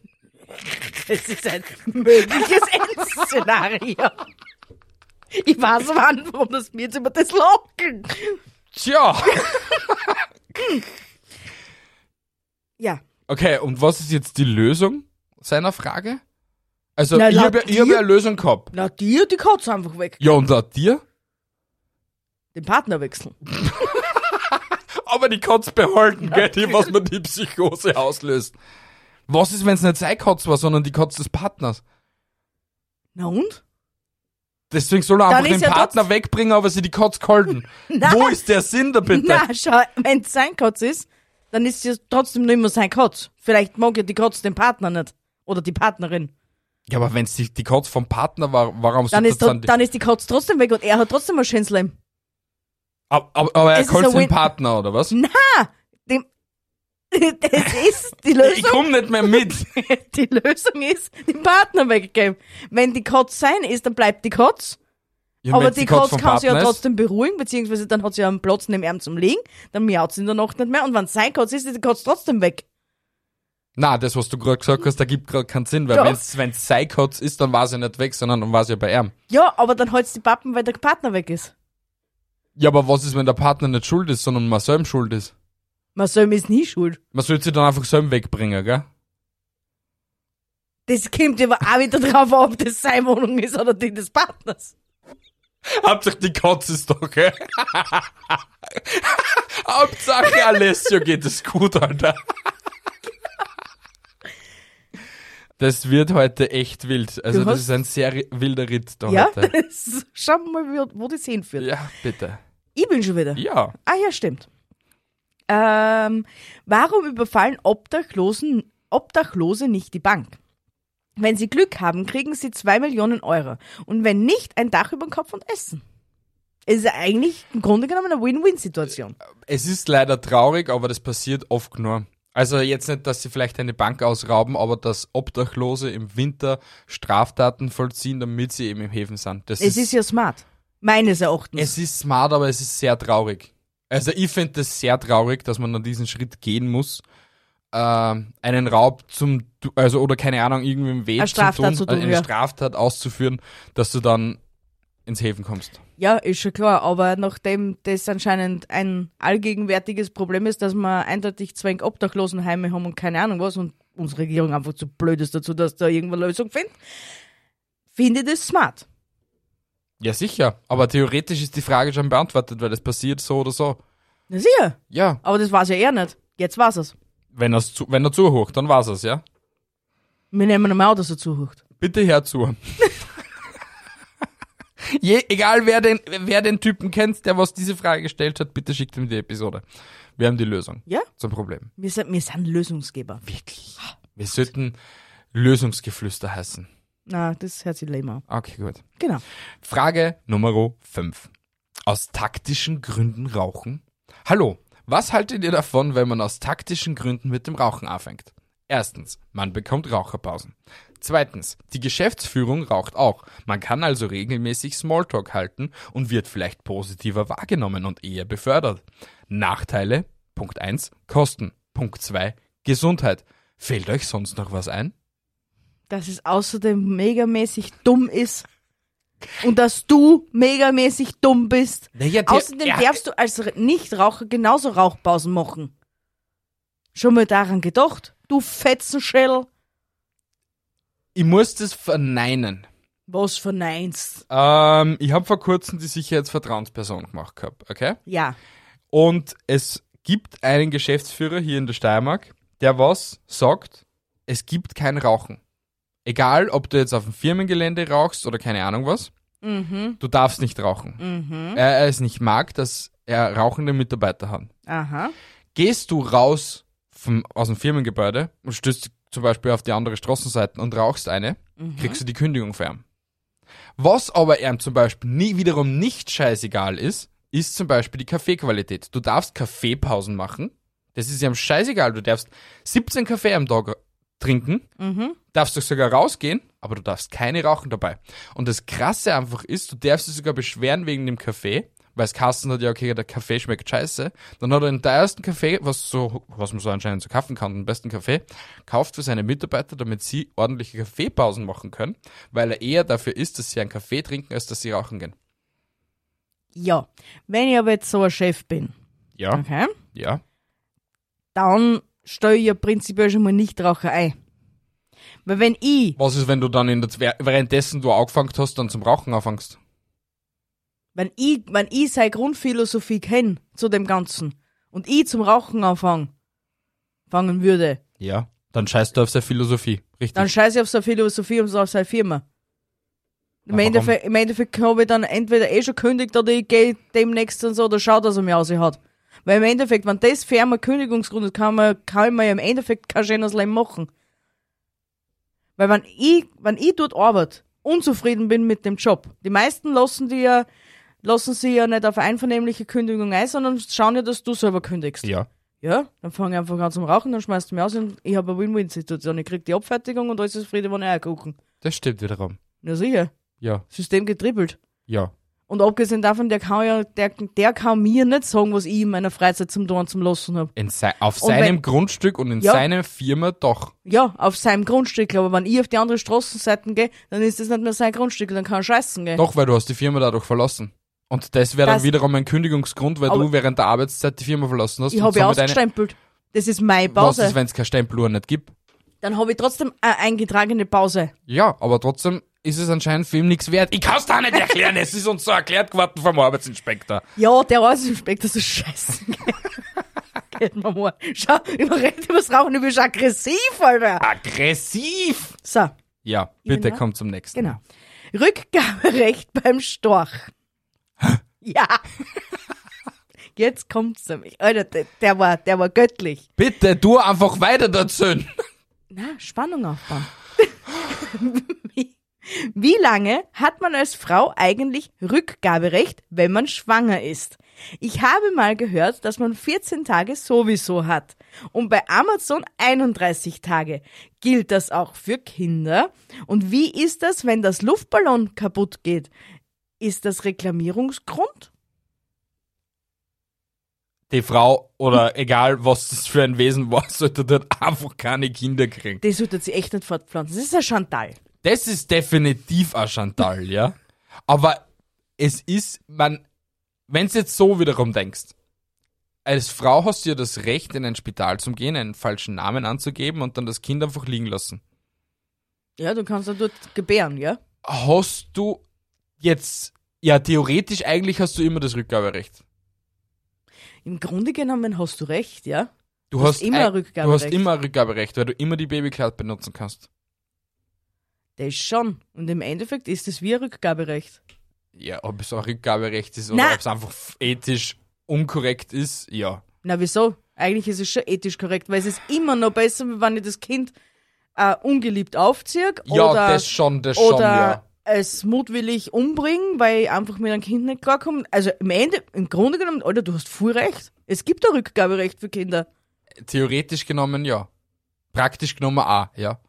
Es ist ein mögliches [LAUGHS] Endszenario. Ich weiß wann, warum das mir jetzt über das locken. Tja. Ja. Okay, und was ist jetzt die Lösung seiner Frage? Also, Na, ich laut habe ja, ich hab dir- ja eine Lösung gehabt. Na, dir die Katze einfach weg. Ja, und laut dir? Den Partner wechseln. Aber die Katz behalten, gell, die, was man die Psychose auslöst. Was ist, wenn es nicht seine Katz war, sondern die Katz des Partners? Na und? Deswegen soll er Dann einfach ist den ja Partner wegbringen, aber sie die Katz gehalten. [LAUGHS] Nein. Wo ist der Sinn da bitte? Na, schau, wenn es sein Katz ist, dann ist es trotzdem nicht mehr sein Katz. Vielleicht mag ja die Katze den Partner nicht. Oder die Partnerin. Ja, aber wenn es die, die Katz vom Partner war, warum Dann ist, das tro- dann ist die Katze trotzdem weg und er hat trotzdem ein schönes Leben. aber, aber, aber Es er ist geholt ein den Win- Partner, oder [LAUGHS] was? Dem, [LAUGHS] das ist die Ich Lösung. komm nicht mehr mit. Die Lösung ist, den Partner weggeben. Wenn die Katz sein ist, dann bleibt die Katz. Ja, aber wenn's die Katz vom kann sie ja Partner ist- trotzdem beruhigen, beziehungsweise dann hat sie ja einen Platz neben ihm zum Liegen, dann miaut sie in der Nacht nicht mehr. Und wenn es sein Katz ist, ist die Katz trotzdem weg. Na, das, was du gerade gesagt hast, da gibt gerade keinen Sinn, weil Doch. wenn's wenn's sein Katz ist, dann war sie nicht weg, sondern dann war sie ja bei ihm. Ja, aber dann halt's die Pappen, weil der Partner weg ist. Ja, aber was ist, wenn der Partner nicht schuld ist, sondern man selbst schuld ist? Marcel ist nie schuld. Man sollte sie dann einfach selber wegbringen, [LAUGHS] gell? Das kommt aber auch wieder drauf an, ob das seine Wohnung ist oder die des Partners. Hauptsache die Katze ist doch, [LAUGHS] gell? Hauptsache Alessio geht es gut, Alter. Das wird heute echt wild. Also Du das hast- ist ein sehr ri- wilder Ritt da Ja? heute. [LAUGHS] Das- Schauen wir mal, wo- wo das hinführt. Oh, Ja, bitte. Ich bin schon wieder. Ja. Ah ja, stimmt. Ähm, warum überfallen Obdachlosen, Obdachlose nicht die Bank? Wenn sie Glück haben, kriegen sie zwei Millionen Euro. Und wenn nicht, ein Dach über dem Kopf und Essen. Es ist eigentlich im Grunde genommen eine Win-Win-Situation. Es ist leider traurig, aber das passiert oft nur. Also jetzt nicht, dass sie vielleicht eine Bank ausrauben, aber dass Obdachlose im Winter Straftaten vollziehen, damit sie eben im Häfen sind. Das Es ist ja smart. Meines Erachtens. es ist smart, aber es ist sehr traurig. Also ich finde das sehr traurig, dass man an diesen Schritt gehen muss, ähm, einen Raub zum, Du- also oder keine Ahnung, irgendwie im Weg Eine Straftat zu tun, also eine ja. Straftat auszuführen, dass du dann ins Häfen kommst. ja, ist schon klar, aber nachdem das anscheinend ein allgegenwärtiges Problem ist, dass wir eindeutig zu wenig Obdachlosenheime haben und keine Ahnung was und unsere Regierung einfach zu blöd ist dazu, dass da irgendwo eine Lösung findet, finde ich das smart. Ja, sicher. Aber theoretisch ist die Frage schon beantwortet, weil das passiert so oder so. Na sicher, Ja, aber das war's ja eher nicht. Jetzt war's es. wenn, er's zu, wenn er zuhört, dann war's es, ja? Wir nehmen einmal auch, dass er zuhört. Bitte herzu. Je, egal wer den, wer den Typen kennt, der was diese Frage gestellt hat, bitte schickt ihm die Episode. Wir haben die Lösung Ja, zum Problem. wir sind, wir sind Lösungsgeber. Wirklich. Wir sollten Lösungsgeflüster heißen. Na, das hört sich lame an. Okay, gut. Genau. Frage Nummer 5. Aus taktischen Gründen rauchen? Hallo, was haltet ihr davon, wenn man aus taktischen Gründen mit dem Rauchen anfängt? Erstens, man bekommt Raucherpausen. Zweitens, die Geschäftsführung raucht auch. Man kann also regelmäßig Smalltalk halten und wird vielleicht positiver wahrgenommen und eher befördert. Nachteile? Punkt 1, Kosten. Punkt 2, Gesundheit. Fällt euch sonst noch was ein? dass es außerdem megamäßig dumm ist und dass du megamäßig dumm bist. Naja, der- Außerdem ja. darfst du als Re- Nichtraucher genauso Rauchpausen machen. Schon mal daran gedacht, du Fetzenschädel. Ich muss das verneinen. Was verneinst? Ähm, ich habe vor kurzem die Sicherheitsvertrauensperson gemacht gehabt, okay? Ja, Und es gibt einen Geschäftsführer hier in der Steiermark, der was sagt, es gibt kein Rauchen. Egal, ob du jetzt auf dem Firmengelände rauchst oder keine Ahnung was, du darfst nicht rauchen. mhm, Er, er es nicht mag, dass er rauchende Mitarbeiter hat. aha. Gehst du raus vom, aus dem Firmengebäude und stößt zum Beispiel auf die andere Straßenseite und rauchst eine, kriegst du die Kündigung für ihn. Was aber ihm zum Beispiel nie, wiederum nicht scheißegal ist, ist zum Beispiel die Kaffeequalität. Du darfst Kaffeepausen machen. Das ist ihm scheißegal. Du darfst 17 Kaffee am Tag trinken, darfst doch sogar rausgehen, aber du darfst keine rauchen dabei. Und das Krasse einfach ist, du darfst dich sogar beschweren wegen dem Kaffee, weil es Kasten hat ja, okay, der Kaffee schmeckt scheiße. Dann hat er den teuersten Kaffee, was, so, was man so anscheinend so kaufen kann, den besten Kaffee, kauft für seine Mitarbeiter, damit sie ordentliche Kaffeepausen machen können, weil er eher dafür ist, dass sie einen Kaffee trinken, als dass sie rauchen gehen. Ja, wenn ich aber jetzt so ein Chef bin, Ja, okay, ja. dann stelle ich ja prinzipiell schon mal Nichtraucher ein. Weil wenn ich, Was ist, wenn du dann in der, Zwer- währenddessen du angefangen hast, dann zum Rauchen anfängst? wenn ich, wenn ich seine Grundphilosophie kenne zu dem Ganzen und ich zum Rauchen anfangen fangen würde, Ja. Dann scheißt du auf seine Philosophie, richtig? dann scheiße ich auf seine Philosophie und um auf seine Firma. Im warum? Endeffekt, Im Endeffekt habe ich dann entweder eh schon gekündigt oder ich gehe demnächst und so oder schau, dass er mich raus hat. Weil im Endeffekt, wenn das für einmal Kündigungsgrund ist, kann man, kann man ja im Endeffekt kein schönes Leben machen. Weil wenn ich, wenn ich dort arbeite, unzufrieden bin mit dem Job, die meisten lassen die ja, lassen sie ja nicht auf einvernehmliche Kündigung ein, sondern schauen ja, dass du selber kündigst. ja. Ja, dann fange ich einfach an zum Rauchen, dann schmeißt du mich aus und ich habe eine Win-Win-Situation. Ich krieg die Abfertigung und alles ist Friede, wenn ich gucken. Das stimmt wiederum. Na sicher, Ja, System getrippelt. ja. Und abgesehen davon, der kann ja, der, der kann mir nicht sagen, was ich in meiner Freizeit zum Dorn zum Lassen habe. In sei auf Und wenn- seinem Grundstück und in Ja. seiner Firma doch. Ja, auf seinem Grundstück, aber wenn ich auf die andere Straßenseite gehe, dann ist das nicht mehr sein Grundstück, dann kann er scheißen gehen. Doch, weil du hast die Firma dadurch verlassen. Und das wäre dann Das- wiederum ein Kündigungsgrund, weil du Aber- während der Arbeitszeit die Firma verlassen hast. ich und habe ja somit eine- ausgestempelt. Das ist meine Was Pause. ist, wenn es keine Stempeluhr nicht gibt? dann habe ich trotzdem eine eingetragene Pause. Ja, aber trotzdem ist es anscheinend für ihn nichts wert. Ich kann es da nicht erklären, es ist uns so erklärt geworden vom Arbeitsinspektor. Ja, der Rauschinspektor ist so scheiße. Geht mir mal. Schau, überredet übers Rauchen, du bist aggressiv, Alter. Aggressiv! So, Ja, bitte Genau. komm zum nächsten. genau. Rückgaberecht beim Storch. ja. Jetzt kommt's nämlich. Alter, der, der war, der war göttlich. Bitte, du einfach weiter dazu. Na, Spannung aufbauen. [LAUGHS] wie, wie lange hat man als Frau eigentlich Rückgaberecht, wenn man schwanger ist? Ich habe mal gehört, dass man 14 Tage sowieso hat. Und bei Amazon 31 Tage. Gilt das auch für Kinder? Und wie ist das, wenn das Luftballon kaputt geht? Ist das Reklamierungsgrund? Die Frau oder egal was das für ein Wesen war, [LAUGHS] sollte dort einfach keine Kinder kriegen. Das sollte sie echt nicht fortpflanzen. Das ist ein Chantal. Das ist definitiv ein Chantal, ja. Aber es ist, man, wenn es jetzt so wiederum denkst, als Frau hast du ja das Recht, in ein Spital zu gehen, einen falschen Namen anzugeben und dann das Kind einfach liegen lassen. Ja, du kannst dann dort gebären, ja? Hast du jetzt, ja, theoretisch eigentlich hast du immer das Rückgaberecht. Im Grunde genommen hast du recht, ja? Du, Du hast hast ein- immer ein Du hast Rückgaberecht. immer ein Rückgaberecht, weil du immer die Babycloud benutzen kannst. Das schon. Und im Endeffekt ist es wie ein Rückgaberecht. Ja, ob es auch Rückgaberecht ist Na. oder ob es einfach ethisch unkorrekt ist, ja. Na, wieso? Eigentlich ist es schon ethisch korrekt, weil es ist immer noch besser, wenn ich das Kind äh, ungeliebt aufziehe Ja, oder, das schon, das schon, oder ja. es mutwillig umbringen, weil ich einfach mit einem Kind nicht klarkomme. Also im Ende, im Grunde genommen, Alter, du hast voll recht. Es gibt ein Rückgaberecht für Kinder. Theoretisch genommen, ja. Praktisch genommen auch, ja.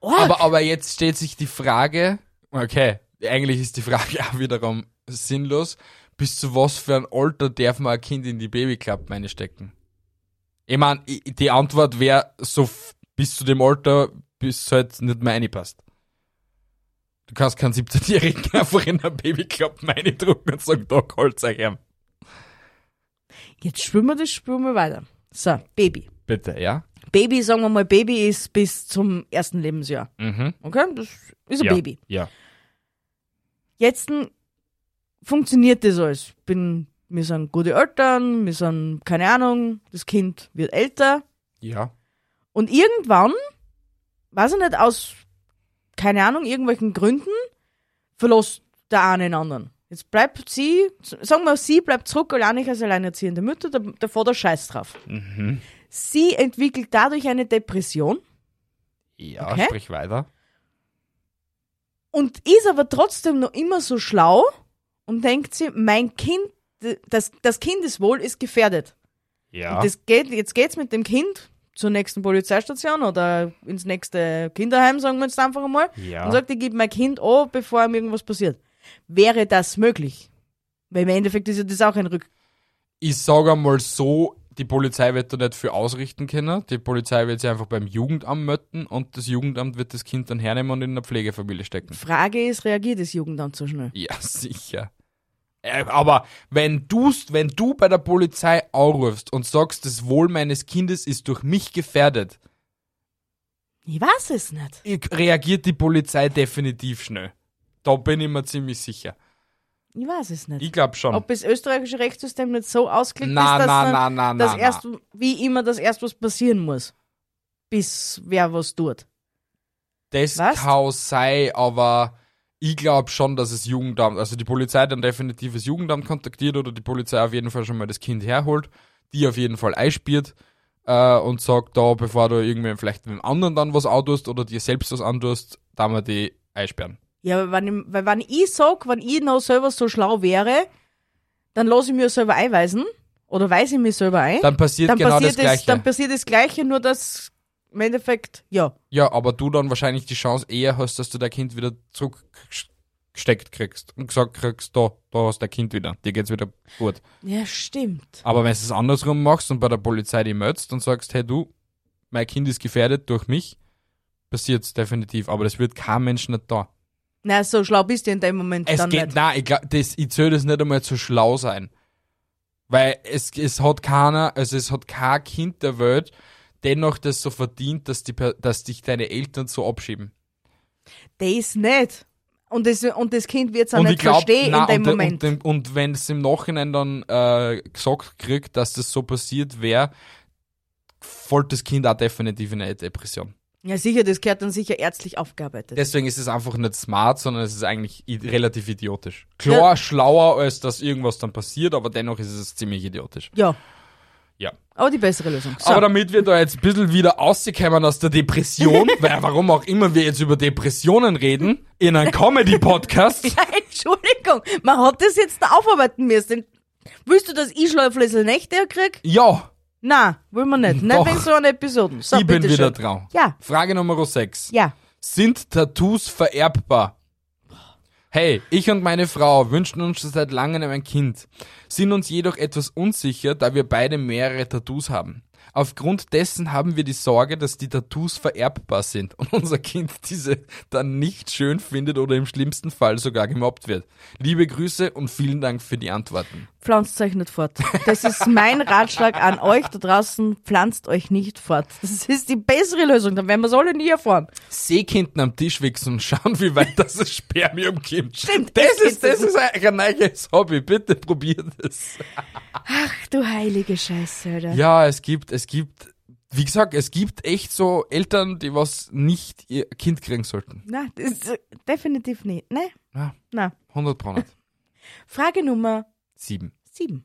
Oh, Aber, aber jetzt stellt sich die Frage, okay, eigentlich ist die Frage [LAUGHS] auch wiederum sinnlos, bis zu was für ein Alter darf man ein Kind in die Babyklappe meine stecken? Ich meine, i- die Antwort wäre so f- bis zu dem Alter, bis es halt nicht mehr reinpasst. Du kannst keinen 17-Jährigen [LAUGHS] einfach in eine Babyklappe meine drücken und sagen, da holt's euch her. Jetzt spüren wir das, spüren wir weiter. So, Baby. Bitte, ja? Baby, sagen wir mal, Baby ist bis zum ersten Lebensjahr. Mhm. Okay? Das ist ein ja. Baby. Ja. jetzt n- funktioniert das alles. Bin, wir sind gute Eltern, wir sind, keine Ahnung, das Kind wird älter. Ja. Und irgendwann, weiß ich nicht, aus, keine Ahnung, irgendwelchen Gründen, verlässt der eine den anderen. Jetzt bleibt sie, sagen wir, sie bleibt zurück, alleinig als alleinerziehende Mutter, der, der Vater scheißt drauf. Mhm. Sie entwickelt dadurch eine Depression Ja, Okay. sprich weiter. und ist aber trotzdem noch immer so schlau und denkt sie, mein Kind, das, das Kindeswohl ist gefährdet. Ja. Und das geht, jetzt geht's mit dem Kind zur nächsten Polizeistation oder ins nächste Kinderheim, sagen wir jetzt einfach einmal. ja. Und sagt, ich gebe mein Kind an, bevor ihm irgendwas passiert. Wäre das möglich? Weil im Endeffekt ist ja das auch ein Rück. ich sage einmal so, die Polizei wird da nicht viel ausrichten können. Die Polizei wird sie einfach beim Jugendamt mötten und das Jugendamt wird das Kind dann hernehmen und in eine Pflegefamilie stecken. Frage ist, reagiert das Jugendamt so schnell? Ja, [LAUGHS] sicher. Äh, Aber wenn du's, wenn du bei der Polizei anrufst und sagst, das Wohl meines Kindes ist durch mich gefährdet, Ich weiß es nicht. ich- reagiert die Polizei definitiv schnell. Da bin ich mir ziemlich sicher. Ich weiß es nicht. Ich glaube schon. Ob das österreichische Rechtssystem nicht so ausgelegt Na, ist, dass, na, dann, na, na, dass na, erst, wie immer, dass erst was passieren muss. Bis wer was tut. Das Was? kann sein, aber ich glaube schon, dass es Jugendamt, also die Polizei dann definitiv das Jugendamt kontaktiert oder die Polizei auf jeden Fall schon mal das Kind herholt, die auf jeden Fall einspielt äh, und sagt da, bevor du irgendwem vielleicht mit dem anderen dann was antust oder dir selbst was antust, da mal die einsperren. Ja, aber wenn ich, weil wenn ich sag, wenn ich noch selber so schlau wäre, dann lasse ich mir selber einweisen oder weise ich mich selber ein. Dann passiert genau das es- Gleiche. dann passiert das Gleiche, nur dass im Endeffekt, ja. ja, aber du dann wahrscheinlich die Chance eher hast, dass du dein Kind wieder zurückgesteckt kriegst und gesagt kriegst, da, da hast dein Kind wieder, dir geht's wieder gut. Ja, stimmt. Aber wenn du es andersrum machst und bei der Polizei die meldest und sagst, hey du, mein Kind ist gefährdet durch mich, passiert's definitiv. Aber das wird kein Mensch nicht da. Na, so schlau bist du in dem Moment Es dann geht, nicht. nein, ich, glaub, das, ich zähle das nicht einmal zu schlau sein. Weil es, es hat keiner, also es hat kein Kind der Welt dennoch das so verdient, dass, die, Per- dass dich deine Eltern so abschieben. Das nicht. Und das, und das Kind wird es auch nicht ich glaub, verstehen nein, in dem und, Moment. Und, und, und wenn es im Nachhinein dann äh, gesagt kriegt, dass das so passiert wäre, folgt das Kind auch definitiv in eine Depression. ja, sicher, das gehört dann sicher ärztlich aufgearbeitet. Deswegen ist es einfach nicht smart, sondern es ist eigentlich i- relativ idiotisch. Klar, schlauer, als dass irgendwas dann passiert, aber dennoch ist es ziemlich idiotisch. ja. Ja. Aber die bessere Lösung. So. Aber damit wir da jetzt ein bisschen wieder rauskommen aus der [LAUGHS] Depression, weil warum auch immer wir jetzt über Depressionen reden, in einem Comedy-Podcast. [LAUGHS] Entschuldigung, man hat das jetzt da aufarbeiten müssen. Willst du, dass ich Schleuflessel Nächte krieg? Ja, Na, will man nicht. Nicht Doch. wegen so einer Episode. So, ich bin bitteschön. wieder dran. Ja, Frage Nummer 6. ja. Sind Tattoos vererbbar? Hey, ich und meine Frau wünschten uns schon seit langem ein Kind, sind uns jedoch etwas unsicher, da wir beide mehrere Tattoos haben. Aufgrund dessen haben wir die Sorge, dass die Tattoos vererbbar sind und unser Kind diese dann nicht schön findet oder im schlimmsten Fall sogar gemobbt wird. Liebe Grüße und vielen Dank für die Antworten. Pflanzt euch nicht fort. Das ist mein Ratschlag an euch da draußen. Pflanzt euch nicht fort. Das ist die bessere Lösung. Dann werden wir es alle nie erfahren. Seekinden am Tisch wichsen und schauen, wie weit das das Spermium kommt. Stimmt, das es ist, geht das ist ein, ein neues Hobby. Bitte probiert es. Ach du heilige Scheiße, Alter. Ja, es gibt, es gibt, wie gesagt, es gibt echt so Eltern, die was nicht ihr Kind kriegen sollten. Na, das ist definitiv nicht. Ne? Ja, Na. 100 pro [LAUGHS] Monat. Frage Nummer Sieben. 7.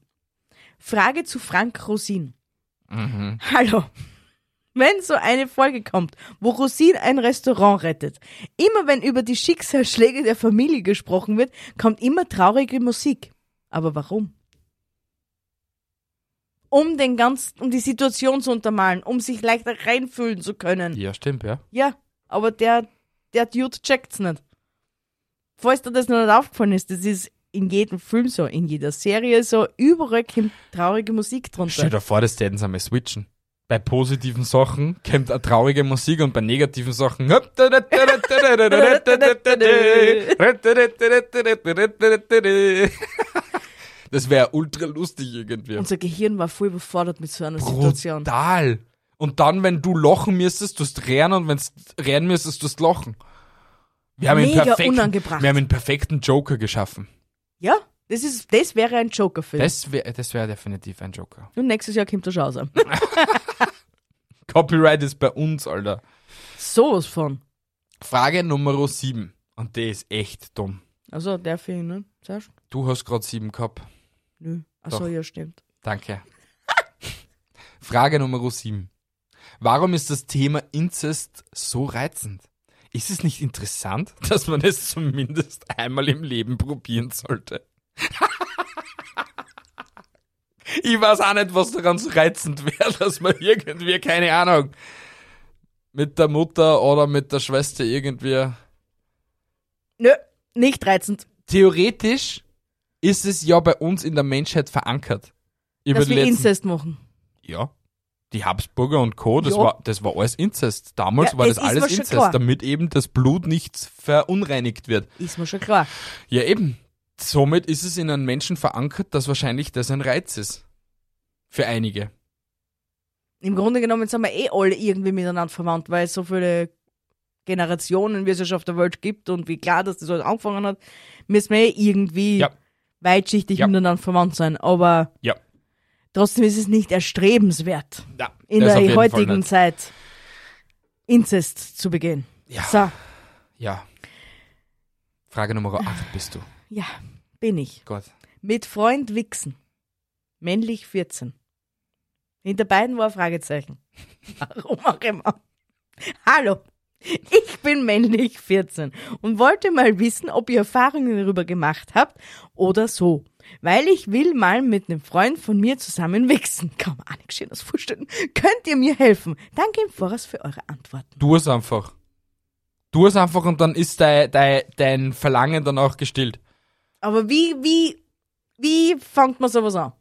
Frage zu Frank Rosin. Mhm. Hallo. Wenn so eine Folge kommt, wo Rosin ein Restaurant rettet, immer wenn über die Schicksalsschläge der Familie gesprochen wird, kommt immer traurige Musik. Aber warum? Um den ganzen, um die Situation zu untermalen, um sich leichter reinfühlen zu können. Ja, stimmt, ja. Ja, aber der, der Dude checkt's nicht. Falls dir das noch nicht aufgefallen ist, das ist in jedem Film so, in jeder Serie so, überall kommt traurige Musik Stell drunter. dir vor, das täten sie einmal switchen. Bei positiven Sachen kommt eine traurige Musik und bei negativen Sachen. [LAUGHS] Das wäre ultra lustig irgendwie. Unser Gehirn war voll überfordert mit so einer Situation. Brutal. Und dann, wenn du lachen müsstest, tust rennen und wenn du rennen müsstest, tust lachen. Wir haben, ihn Mega perfekten, unangebracht. wir haben einen perfekten Joker geschaffen. Ja, das ist, das wäre ein Joker-Film. Das wäre das wär definitiv ein Joker. Und nächstes Jahr kommt der schon raus. Copyright ist bei uns, Alter. [LAUGHS] Sowas von. Frage Nummer 7. Und die ist echt dumm. Also, darf ich, ne? Sagst du? Du hast gerade 7 gehabt. Nö. Achso, Doch. ja, stimmt. Danke. Frage Nummer 7. Warum ist das Thema Inzest so reizend? Ist es nicht interessant, [LAUGHS] dass man es zumindest einmal im Leben probieren sollte? [LAUGHS] ich weiß auch nicht, was daran so reizend wäre, dass man irgendwie, keine Ahnung, mit der Mutter oder mit der Schwester irgendwie Nö, nicht reizend. theoretisch ist es ja bei uns in der Menschheit verankert. Über dass die wir letzten- Inzest machen. Ja. Die Habsburger und Co., das, Ja. war, das war alles Inzest. Damals Ja, war das das, ist alles mir schon Inzest, klar. damit eben das Blut nicht verunreinigt wird. Ist mir schon klar. Ja, eben. Somit ist es in einem Menschen verankert, dass wahrscheinlich das ein Reiz ist. Für einige. Im Grunde genommen sind wir eh alle irgendwie miteinander verwandt, weil es so viele Generationen, wie es ja schon auf der Welt gibt und wie klar, dass das alles angefangen hat, müssen wir eh irgendwie Ja. weitschichtig Ja. miteinander verwandt sein. Aber Ja. trotzdem ist es nicht erstrebenswert, Ja, in das auf der jeden Fall heutigen nicht. Zeit Inzest zu begehen. Ja. So, Ja. Frage [LAUGHS] Nummer 8 bist du. ja, bin ich. Gott. Mit Freund wichsen. Männlich 14. Hinter beiden war ein Fragezeichen. [LAUGHS] Warum auch immer. Hallo, ich bin männlich 14 und wollte mal wissen, ob ihr Erfahrungen darüber gemacht habt oder so. Weil ich will mal mit einem Freund von mir zusammen wichsen. [LAUGHS] Kann man auch nichts Schönes vorstellen. Könnt ihr mir helfen? Danke im Voraus für eure Antworten. Tu es einfach. Tu es einfach und dann ist dein, dein, dein Verlangen dann auch gestillt. Aber wie, wie, wie fängt man sowas an?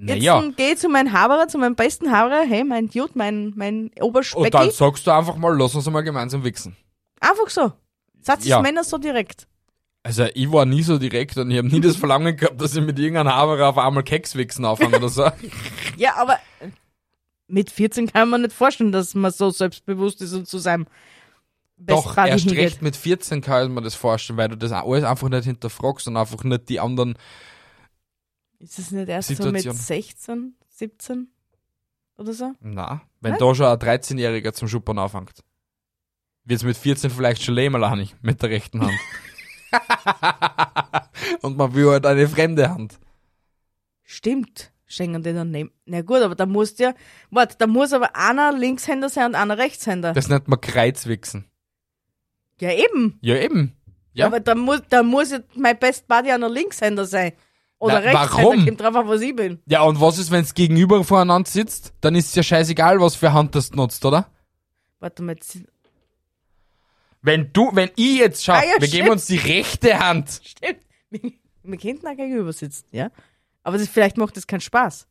Jetzt Naja. geh zu meinem Haberer, zu meinem besten Haberer, hey, mein Dude, mein, mein Und dann Oberspecki. sagst du einfach mal, lass uns mal gemeinsam wichsen. Einfach so. Satz Ja. ist Männer so direkt. Also ich war nie so direkt und ich habe nie das Verlangen gehabt, dass ich mit irgendeinem Haberer auf einmal Kekswichsen anfange oder so. Ja, aber mit 14 kann man nicht vorstellen, dass man so selbstbewusst ist und zu seinem Doch, erst Bestbuddy hingeht. recht mit 14 kann ich mir das vorstellen, weil du das alles einfach nicht hinterfragst und einfach nicht die anderen... Ist es nicht erst so Situation. mit 16, 17 oder so? Na, wenn Was? da schon ein 13-Jähriger zum Schuppern anfängt, wird's mit 14 vielleicht schon lehmerlahnig mit der rechten Hand. [LAUGHS] und man will halt eine fremde Hand. Stimmt. Schenken den dann nehmen. Na gut, aber da musst ja, warte, da muss aber einer Linkshänder sein und einer Rechtshänder. Das nennt man Kreuzwichsen. ja, eben. Ja eben. Ja. Aber da muss, da muss ja mein Best Buddy einer Linkshänder sein. Oder Na, rechts, warum? kommt drauf an, was ich bin. Ja, und was ist, wenns gegenüber voneinander sitzt? Dann ist ja scheißegal, was für Hand das nutzt, oder? Warte mal, jetzt [LAUGHS] Wenn du, wenn ich jetzt schaue, Ah, ja, wir stimmt. geben uns die rechte Hand. stimmt. Wir, wir könnten auch gegenüber sitzen, ja? Aber das, vielleicht macht das keinen Spaß.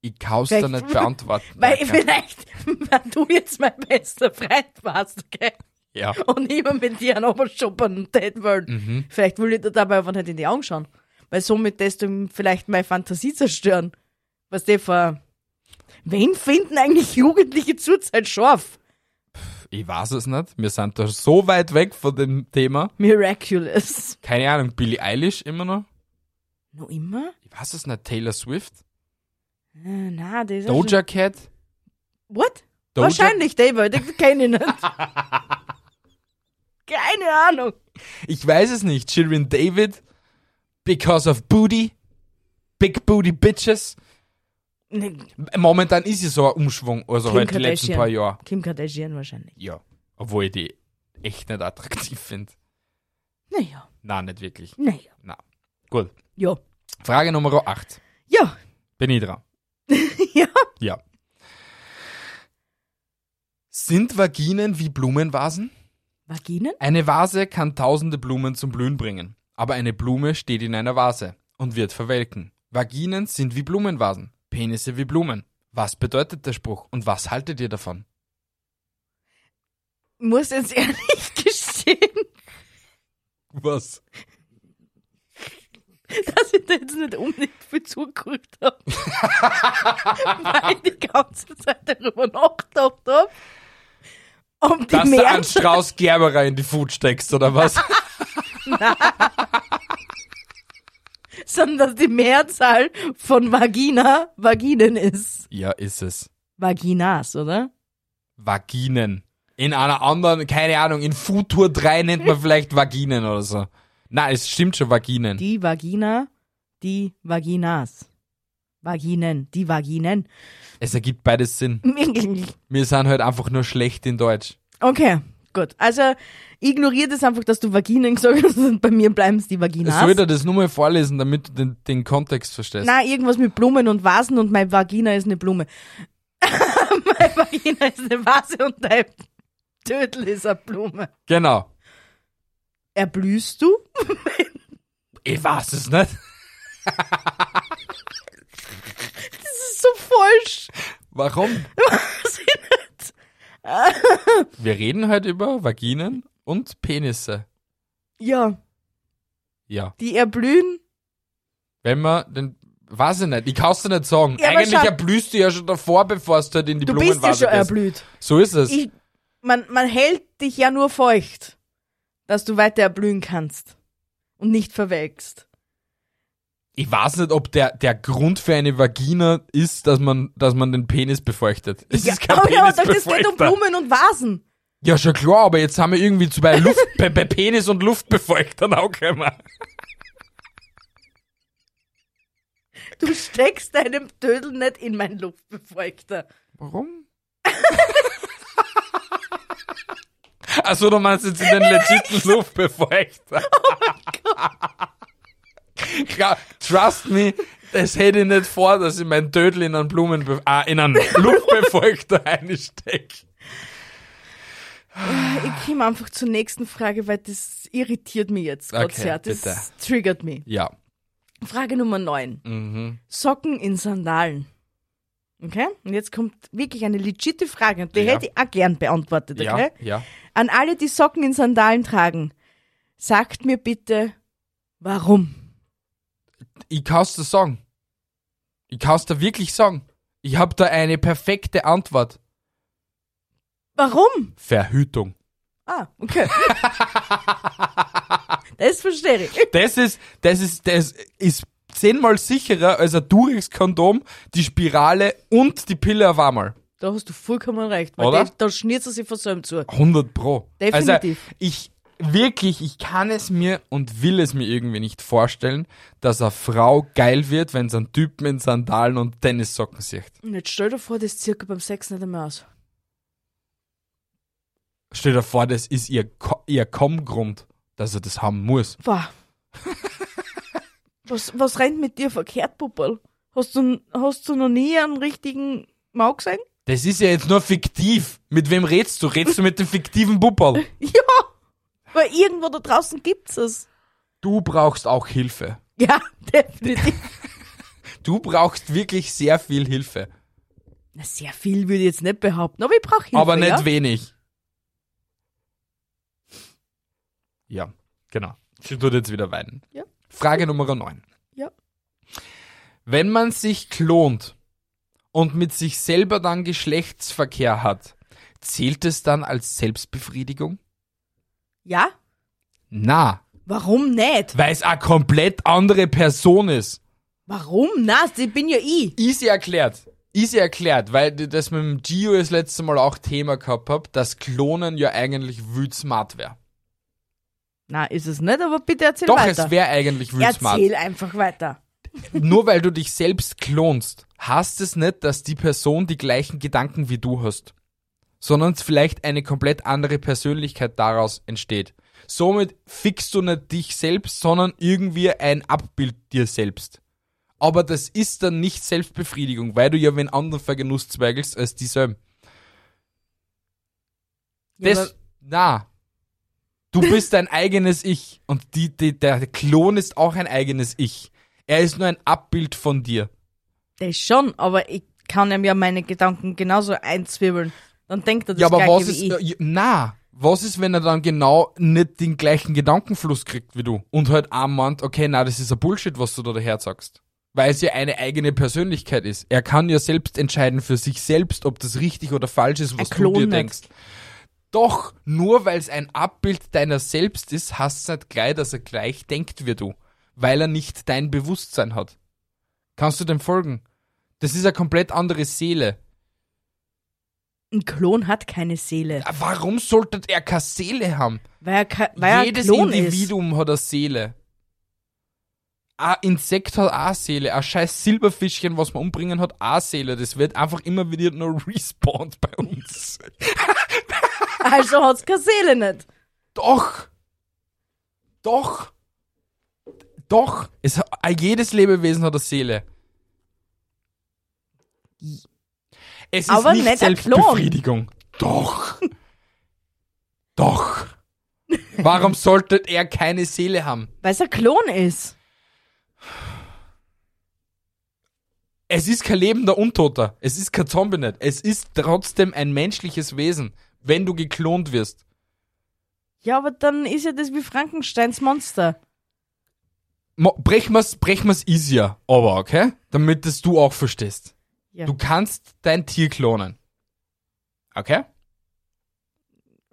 Ich kann's dir Vielleicht- nicht beantworten. [LAUGHS] Weil Danke. vielleicht, [LAUGHS] wenn du jetzt mein bester Freund warst, gell? ja. Und ich mir mit dir einen Oberschuppern und Dead World. Mhm. Vielleicht will ich dir dabei einfach nicht in die Augen schauen. Weil somit lässt du ihm vielleicht meine Fantasie zerstören. Was der vor. Wen finden eigentlich Jugendliche zurzeit scharf? Ich weiß es nicht. Wir sind da so weit weg von dem Thema. Miraculous. Keine Ahnung, Billie Eilish immer noch? Noch immer? Ich weiß es nicht. Taylor Swift? Äh, na, der ist. ja Doja Cat? Schon... What? Doja- Wahrscheinlich David, ich kenne [LAUGHS] ihn nicht. Keine Ahnung. Ich weiß es nicht. Children David? Because of Booty? Big Booty Bitches? Nee, Momentan ist es so ein Umschwung, also Kim halt die letzten Kardashian. paar Jahre. Kim Kardashian wahrscheinlich. Ja. Obwohl ich die echt nicht attraktiv finde. Naja, Nein, nicht wirklich. naja. Na. Gut. Ja. Frage Nummer 8. Ja. [LAUGHS] Bin ich dran? Ja. Ja. Sind Vaginen wie Blumenvasen? Vaginen? Eine Vase kann tausende Blumen zum Blühen bringen, aber eine Blume steht in einer Vase und wird verwelken. Vaginen sind wie Blumenvasen, Penisse wie Blumen. Was bedeutet der Spruch und was haltet ihr davon? muss jetzt ehrlich [LAUGHS] gestehen, Was? dass ich da jetzt nicht unbedingt viel zugeguckt habe. [LAUGHS] Weil ich die ganze Zeit darüber nachgedacht habe. Ob die Dass du mehr. einen Strauß Gerberer in die Food steckst, oder was? sondern dass die Mehrzahl von Vagina Vaginen ist. ja, ist es. Vaginas, oder? Vaginen. In einer anderen, keine Ahnung, in Futur 3 nennt man vielleicht Vaginen oder so. Na, es stimmt schon, Vaginen. Die Vagina, die Vaginas. Vaginen, die Vaginen. [LAUGHS] Es ergibt beides Sinn. Wir sind halt einfach nur schlecht in Deutsch. Okay, gut. Also ignoriert es einfach, dass du Vaginen gesagt hast und bei mir bleiben es die Vaginas. Soll ich dir das nur mal vorlesen, damit du den, den Kontext verstehst? Na, irgendwas mit Blumen und Vasen und meine Vagina ist eine Blume. [LAUGHS] meine Vagina ist eine Vase und dein Tödel ist eine Blume. Genau. Erblühst du? [LAUGHS] Ich weiß es nicht. [LAUGHS] Das ist so falsch. [LAUGHS] Warum? Wir reden heute über Vaginen und Penisse. Ja, Ja. die erblühen. Wenn man den. Weiß ich nicht, ich kann's dir nicht sagen. Ja, aber Eigentlich schau- erblühst du ja schon davor, bevor du halt in die Du bist ja Blumenvase schon erblüht. So ist es. Ich, man, man hält dich ja nur feucht, dass du weiter erblühen kannst und nicht verwelkst. Ich weiß nicht, ob der, der Grund für eine Vagina ist, dass man, dass man den Penis befeuchtet. Es ist [LAUGHS] kein aber ich hab Penis gesagt, es geht um Blumen und Vasen. Ja, schon klar, aber jetzt haben wir irgendwie zu bei Luft, bei, bei Penis und Luftbefeuchtern auch gekommen. Du steckst deinem Tödel nicht in mein Luftbefeuchter. Warum? Achso, du meinst jetzt in den legiten Luftbefeuchter. Klar, trust me, das hätte ich nicht vor, dass ich mein Tödel in einen Blumen, ah, in einen Luftbefeuchter einstecke. Ich komme einfach zur nächsten Frage, weil das irritiert mich jetzt, Gott Okay, sehr. Das triggert mich. Ja. Frage Nummer 9. Mhm. Socken in Sandalen. Okay? Und jetzt kommt wirklich eine legitime Frage. und Die Ja. hätte ich auch gern beantwortet, okay? Ja, ja. An alle, die Socken in Sandalen tragen, sagt mir bitte, warum? ich kann's dir sagen. Ich kann's dir wirklich sagen. Ich hab da eine perfekte Antwort. Warum? Verhütung. Ah, [LAUGHS] okay. das verstehe ich. Das ist, das ist, das ist zehnmal sicherer als ein Durex-Kondom, die Spirale und die Pille auf einmal. Da hast du vollkommen recht, weil Oder? Da, da schnürt sie sich von selbst zu. 100 pro. Definitiv. Also, ich, wirklich, ich kann es mir und will es mir irgendwie nicht vorstellen, dass eine Frau geil wird, wenn sie einen Typen in Sandalen und Tennissocken sieht. Und jetzt stell dir vor, das Zirkel beim Sex nicht einmal aus. Stell dir vor, das ist [LAUGHS] ihr, Ko- ihr Kommgrund, dass er das haben muss. Boah. Was, was rennt mit dir verkehrt, Puppel? Hast du, hast du noch nie einen richtigen Mau gesehen? Das ist ja jetzt nur fiktiv. Mit wem redst du? Redst du mit dem fiktiven Bubberl? Ja! Weil irgendwo da draußen gibt's es. Du brauchst auch Hilfe. Ja, [LAUGHS] definitiv. Du brauchst wirklich sehr viel Hilfe. Na, sehr viel würde ich jetzt nicht behaupten, aber ich brauche Hilfe. aber nicht ja? wenig. Ja, genau. Sie tut jetzt wieder weinen. Ja. Frage Nummer 9. Ja. Wenn man sich klont und mit sich selber dann Geschlechtsverkehr hat, zählt es dann als Selbstbefriedigung? Ja? Na, Warum nicht? weil es eine komplett andere Person ist. Warum? Na, ich bin ja ich. Easy erklärt. Easy erklärt, weil das mit dem Gio das letzte Mal auch Thema gehabt hab, dass Klonen ja eigentlich wüt smart wäre. Na, ist es nicht, aber bitte erzähl Doch, weiter. es wäre eigentlich wüt smart. erzähl einfach weiter. Nur weil du dich selbst klonst, heißt es nicht, dass die Person die gleichen Gedanken wie du hast, sondern vielleicht eine komplett andere Persönlichkeit daraus entsteht. Somit fixst du nicht dich selbst, sondern irgendwie ein Abbild dir selbst. Aber das ist dann nicht Selbstbefriedigung, weil du ja wen anderen vergenusszweigelst als dieselben. Ja, Das, na, du bist dein eigenes Ich und die, die, der Klon ist auch ein eigenes Ich. Er ist nur ein Abbild von dir. aber- das schon, aber ich kann ihm ja meine Gedanken genauso einzwirbeln. Dann denkt er das ja, aber Gleiche was ist, wie ich. ja, na, was ist, wenn er dann genau nicht den gleichen Gedankenfluss kriegt wie du und halt auch meint, okay, na, das ist ein Bullshit, was du da daher sagst. Weil es ja eine eigene Persönlichkeit ist. Er kann ja selbst entscheiden für sich selbst, ob das richtig oder falsch ist, was du Klon dir nicht. denkst. Doch, nur weil es ein Abbild deiner selbst ist, hast es nicht gleich, dass er gleich denkt wie du. Weil er nicht dein Bewusstsein hat. Kannst du dem folgen? Das ist eine komplett andere Seele. Ein Klon hat keine Seele, Warum sollte er keine Seele haben? weil er, ke- weil Jedes er ein Klon ist. Individuum hat eine Seele. Ein Insekt hat auch eine Seele. Ein scheiß Silberfischchen, was man umbringen hat, auch eine Seele. Das wird einfach immer wieder nur [LAUGHS] respawned bei uns. Also hat's keine Seele nicht. Doch! Doch! Doch! Es, ha- jedes Lebewesen hat eine Seele. Es ist Aber nicht, nicht ein Klon. Selbstbefriedigung. [LAUGHS] Doch! Doch! Warum sollte er keine Seele haben? Weil es ein Klon ist. Es ist kein lebender Untoter. Es ist kein Zombie nicht. Es ist trotzdem ein menschliches Wesen, wenn du geklont wirst. Ja, aber dann ist ja das wie Frankensteins Monster. Mo- Brech mal's, brech mal's easier, aber okay? Damit das du auch verstehst. Ja. Du kannst dein Tier klonen. Okay?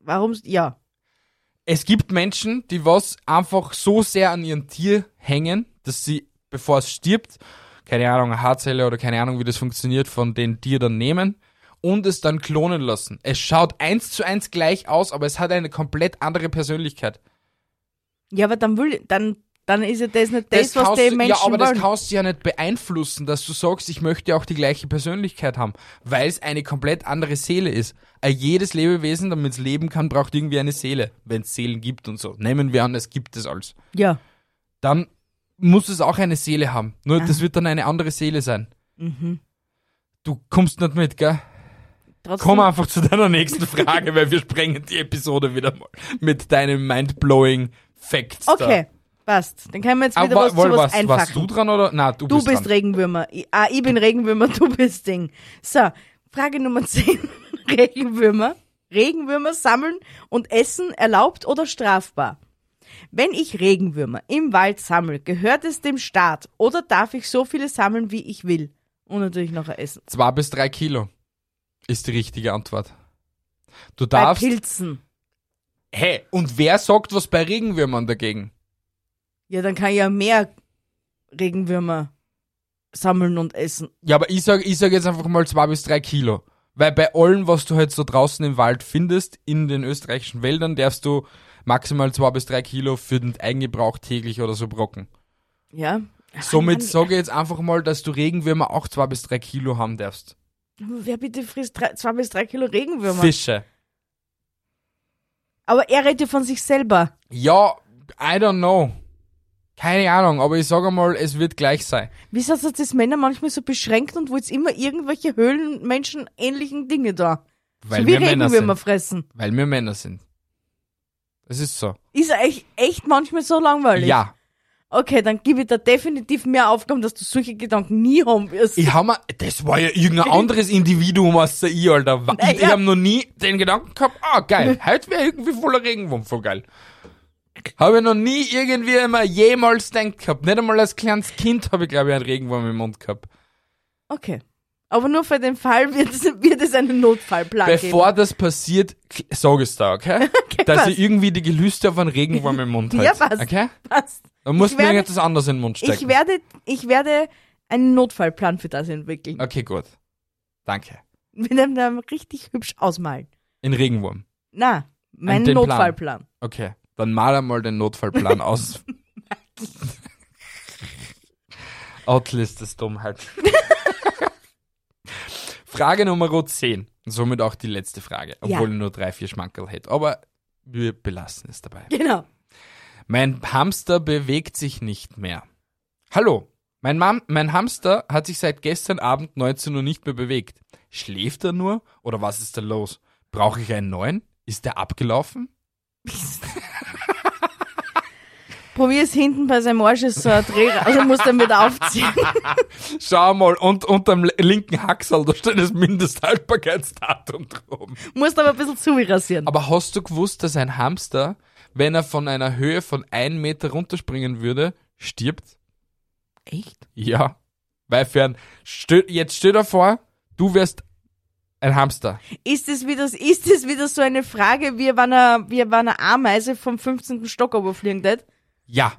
Warum? Ja. Es gibt Menschen, die was einfach so sehr an ihrem Tier hängen, dass sie, bevor es stirbt, keine Ahnung, eine Haarzelle oder keine Ahnung, wie das funktioniert, von den Tier dann nehmen und es dann klonen lassen. Es schaut eins zu eins gleich aus, aber es hat eine komplett andere Persönlichkeit. Ja, aber dann will dann dann ist ja das nicht das, was kannst die du- Menschen Ja, aber das wollen. kannst du ja nicht beeinflussen, dass du sagst, ich möchte auch die gleiche Persönlichkeit haben, weil es eine komplett andere Seele ist. Ein jedes Lebewesen, damit es leben kann, braucht irgendwie eine Seele, wenn es Seelen gibt und so. Nehmen wir an, es gibt es alles. Ja. dann muss es auch eine Seele haben. Nur Ah. das wird dann eine andere Seele sein. Mhm. Du kommst nicht mit, gell? Trotzdem, Komm einfach zu deiner nächsten Frage, weil wir sprengen die Episode wieder mal mit deinen mindblowing Facts. okay, passt. Dann können wir jetzt Da. wieder Aber, was, woll, zu was was, warst du einfachen. dran oder? Na, du, Du bist, bist, dran. Regenwürmer. Ich, ah, ich bin Regenwürmer, du bist Ding. So, Frage Nummer 10. [LAUGHS] Regenwürmer. Regenwürmer sammeln und essen erlaubt oder strafbar? Wenn ich Regenwürmer im Wald sammle, gehört es dem Staat oder darf ich so viele sammeln, wie ich will? Und natürlich noch ein essen. Zwei bis drei Kilo ist die richtige Antwort. Du Bei darfst. Pilzen. Hey, und wer sagt was bei Regenwürmern dagegen? Ja, dann kann ich ja mehr Regenwürmer sammeln und essen. Ja, aber ich sag, ich sag jetzt einfach mal zwei bis drei Kilo. Weil bei allem, was du halt so draußen im Wald findest, in den österreichischen Wäldern, darfst du maximal zwei bis drei Kilo für den Eigengebrauch täglich oder so brocken. Ja. Somit Mann, sage ich jetzt einfach mal, dass du Regenwürmer auch zwei bis drei Kilo haben darfst. Wer bitte frisst drei, zwei bis drei Kilo Regenwürmer? Fische. Aber er redet ja von sich selber. Ja, I don't know. Keine Ahnung, aber ich sage einmal, es wird gleich sein. Wieso hat das Männer manchmal so beschränkt und wollt immer irgendwelche Höhlenmenschen ähnlichen Dinge da? Weil so wie wir Männer Regenwürmer sind. fressen. Weil wir Männer sind. Es ist so. Ist echt, echt manchmal so langweilig. Ja. Okay, dann gebe ich dir definitiv mehr Aufgaben, dass du solche Gedanken nie haben wirst. Ich hab mir, das war ja [LAUGHS] irgendein anderes Individuum als der ich, Alter. Wa- Naja. Ich hab noch nie den Gedanken gehabt, ah, [LAUGHS] geil, heute wäre irgendwie voller Regenwurm, voll geil. Habe ich noch nie irgendwie immer jemals denkt gehabt. Nicht einmal als kleines Kind habe ich, glaube ich, einen Regenwurm im Mund gehabt. Okay. Aber nur für den Fall wird es, wird es einen Notfallplan geben. Bevor das passiert, k- sag es da, [LAUGHS] okay? Dass passt. ich irgendwie die Gelüste auf einen Regenwurm im Mund [LAUGHS] Ja, halte. passt. Okay? Passt. Dann musst du mir werde- irgendetwas anderes in den Mund stecken. Ich werde, ich werde einen Notfallplan für das entwickeln. okay, gut. Danke. Mit einem dann richtig hübsch ausmalen. In Regenwurm. Na, mein den Plan. Notfallplan. Okay, dann mal einmal den Notfallplan aus. Outlist ist Dummheit. [LAUGHS] Frage Nummer 10. Somit auch die letzte Frage, Ja. obwohl ich nur drei, vier Schmankerl hätte. Aber wir belassen es dabei. Genau. Mein Hamster bewegt sich nicht mehr. Hallo, mein, Mam mein Hamster hat sich seit gestern Abend 19 Uhr nicht mehr bewegt. Schläft er nur oder was ist da los? Brauche ich einen neuen? Ist der abgelaufen? Probier es hinten bei seinem Arsch, ist so ein Dreh, also muss dann wieder aufziehen. [LAUGHS] Schau mal, und unterm linken Hacksal, da steht das Mindesthaltbarkeitsdatum drum. Musst aber ein bisschen zu rasieren. Aber hast du gewusst, dass ein Hamster, wenn er von einer Höhe von einem Meter runterspringen würde, stirbt? Echt? Ja. Weil für ein, stell, jetzt stell dir vor, du wärst ein Hamster. Ist es wieder, ist es wieder so eine Frage, wie wenn er, wie wenn eine Ameise vom 15. Stock überfliegen tät? Ja.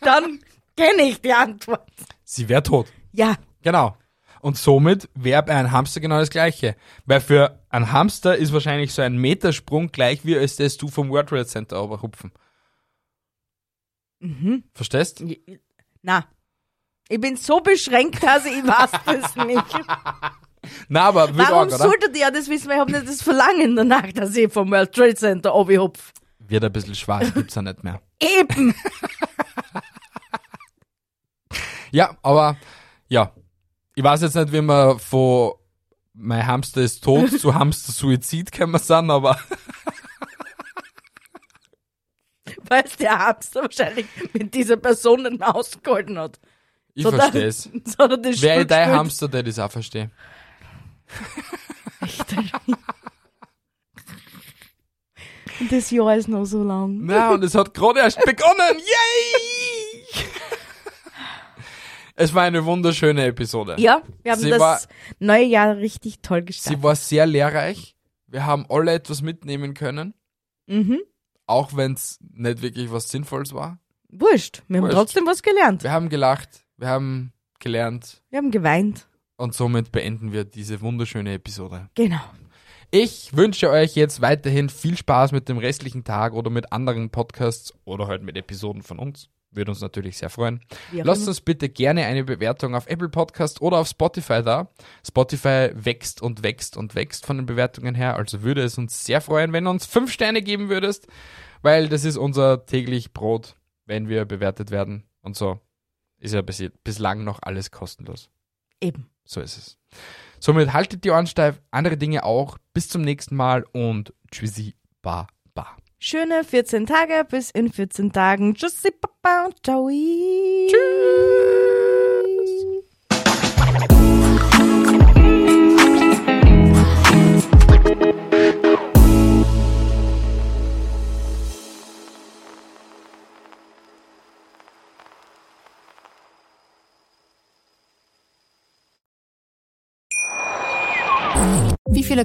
Dann kenne ich die Antwort. Sie wäre tot. Ja. Genau. Und somit wäre bei einem Hamster genau das Gleiche. Weil für einen Hamster ist wahrscheinlich so ein Metersprung gleich wie als das du vom World Trade Center überhupfen. Mhm. Verstehst? Na. Ich bin so beschränkt, also ich weiß das nicht. Na, aber wird Warum arg, oder? solltet ihr das wissen? Weil ich habe nicht das Verlangen danach, dass ich vom World Trade Center hopf. Wird ein bisschen schwarz, gibt's ja nicht mehr. Eben. Ja, aber ja. Ich weiß jetzt nicht, wie man von mein Hamster ist [LAUGHS] tot zu Hamster Suizid kann man sagen, aber [LAUGHS] Weil es der Hamster wahrscheinlich mit dieser Person nicht mehr ausgehalten hat. ich Sondern- versteh's. [LAUGHS] Sondern das Wäre ich Stück dein Stück- Hamster, der das auch verstehe. Das Jahr ist noch so lang. Na, und es hat gerade erst begonnen. Yay! Es war eine wunderschöne Episode. Ja, wir haben Sie das war- neue Jahr richtig toll gestartet. Sie war sehr lehrreich. Wir haben alle etwas mitnehmen können, Mhm. auch wenn es nicht wirklich was Sinnvolles war. Wurscht. Wir haben Wurscht. trotzdem was gelernt. Wir haben gelacht, wir haben gelernt Wir haben geweint. und somit beenden wir diese wunderschöne Episode. Genau. Ich wünsche euch jetzt weiterhin viel Spaß mit dem restlichen Tag oder mit anderen Podcasts oder halt mit Episoden von uns. Würde uns natürlich sehr freuen. Wie auch Lasst immer. uns bitte gerne eine Bewertung auf Apple Podcast oder auf Spotify da. Spotify wächst und wächst und wächst von den Bewertungen her. Also würde es uns sehr freuen, wenn du uns fünf Sterne geben würdest, weil das ist unser täglich Brot, wenn wir bewertet werden. Und so ist ja bis- bislang noch alles kostenlos. Eben. So ist es. Somit haltet die Ohren steif, andere Dinge auch. Bis zum nächsten Mal und tschüssi, ba, ba. Schöne 14 Tage. Bis in 14 Tagen. Tschüssi, Papa. Ciao. Tschüss. Wie viele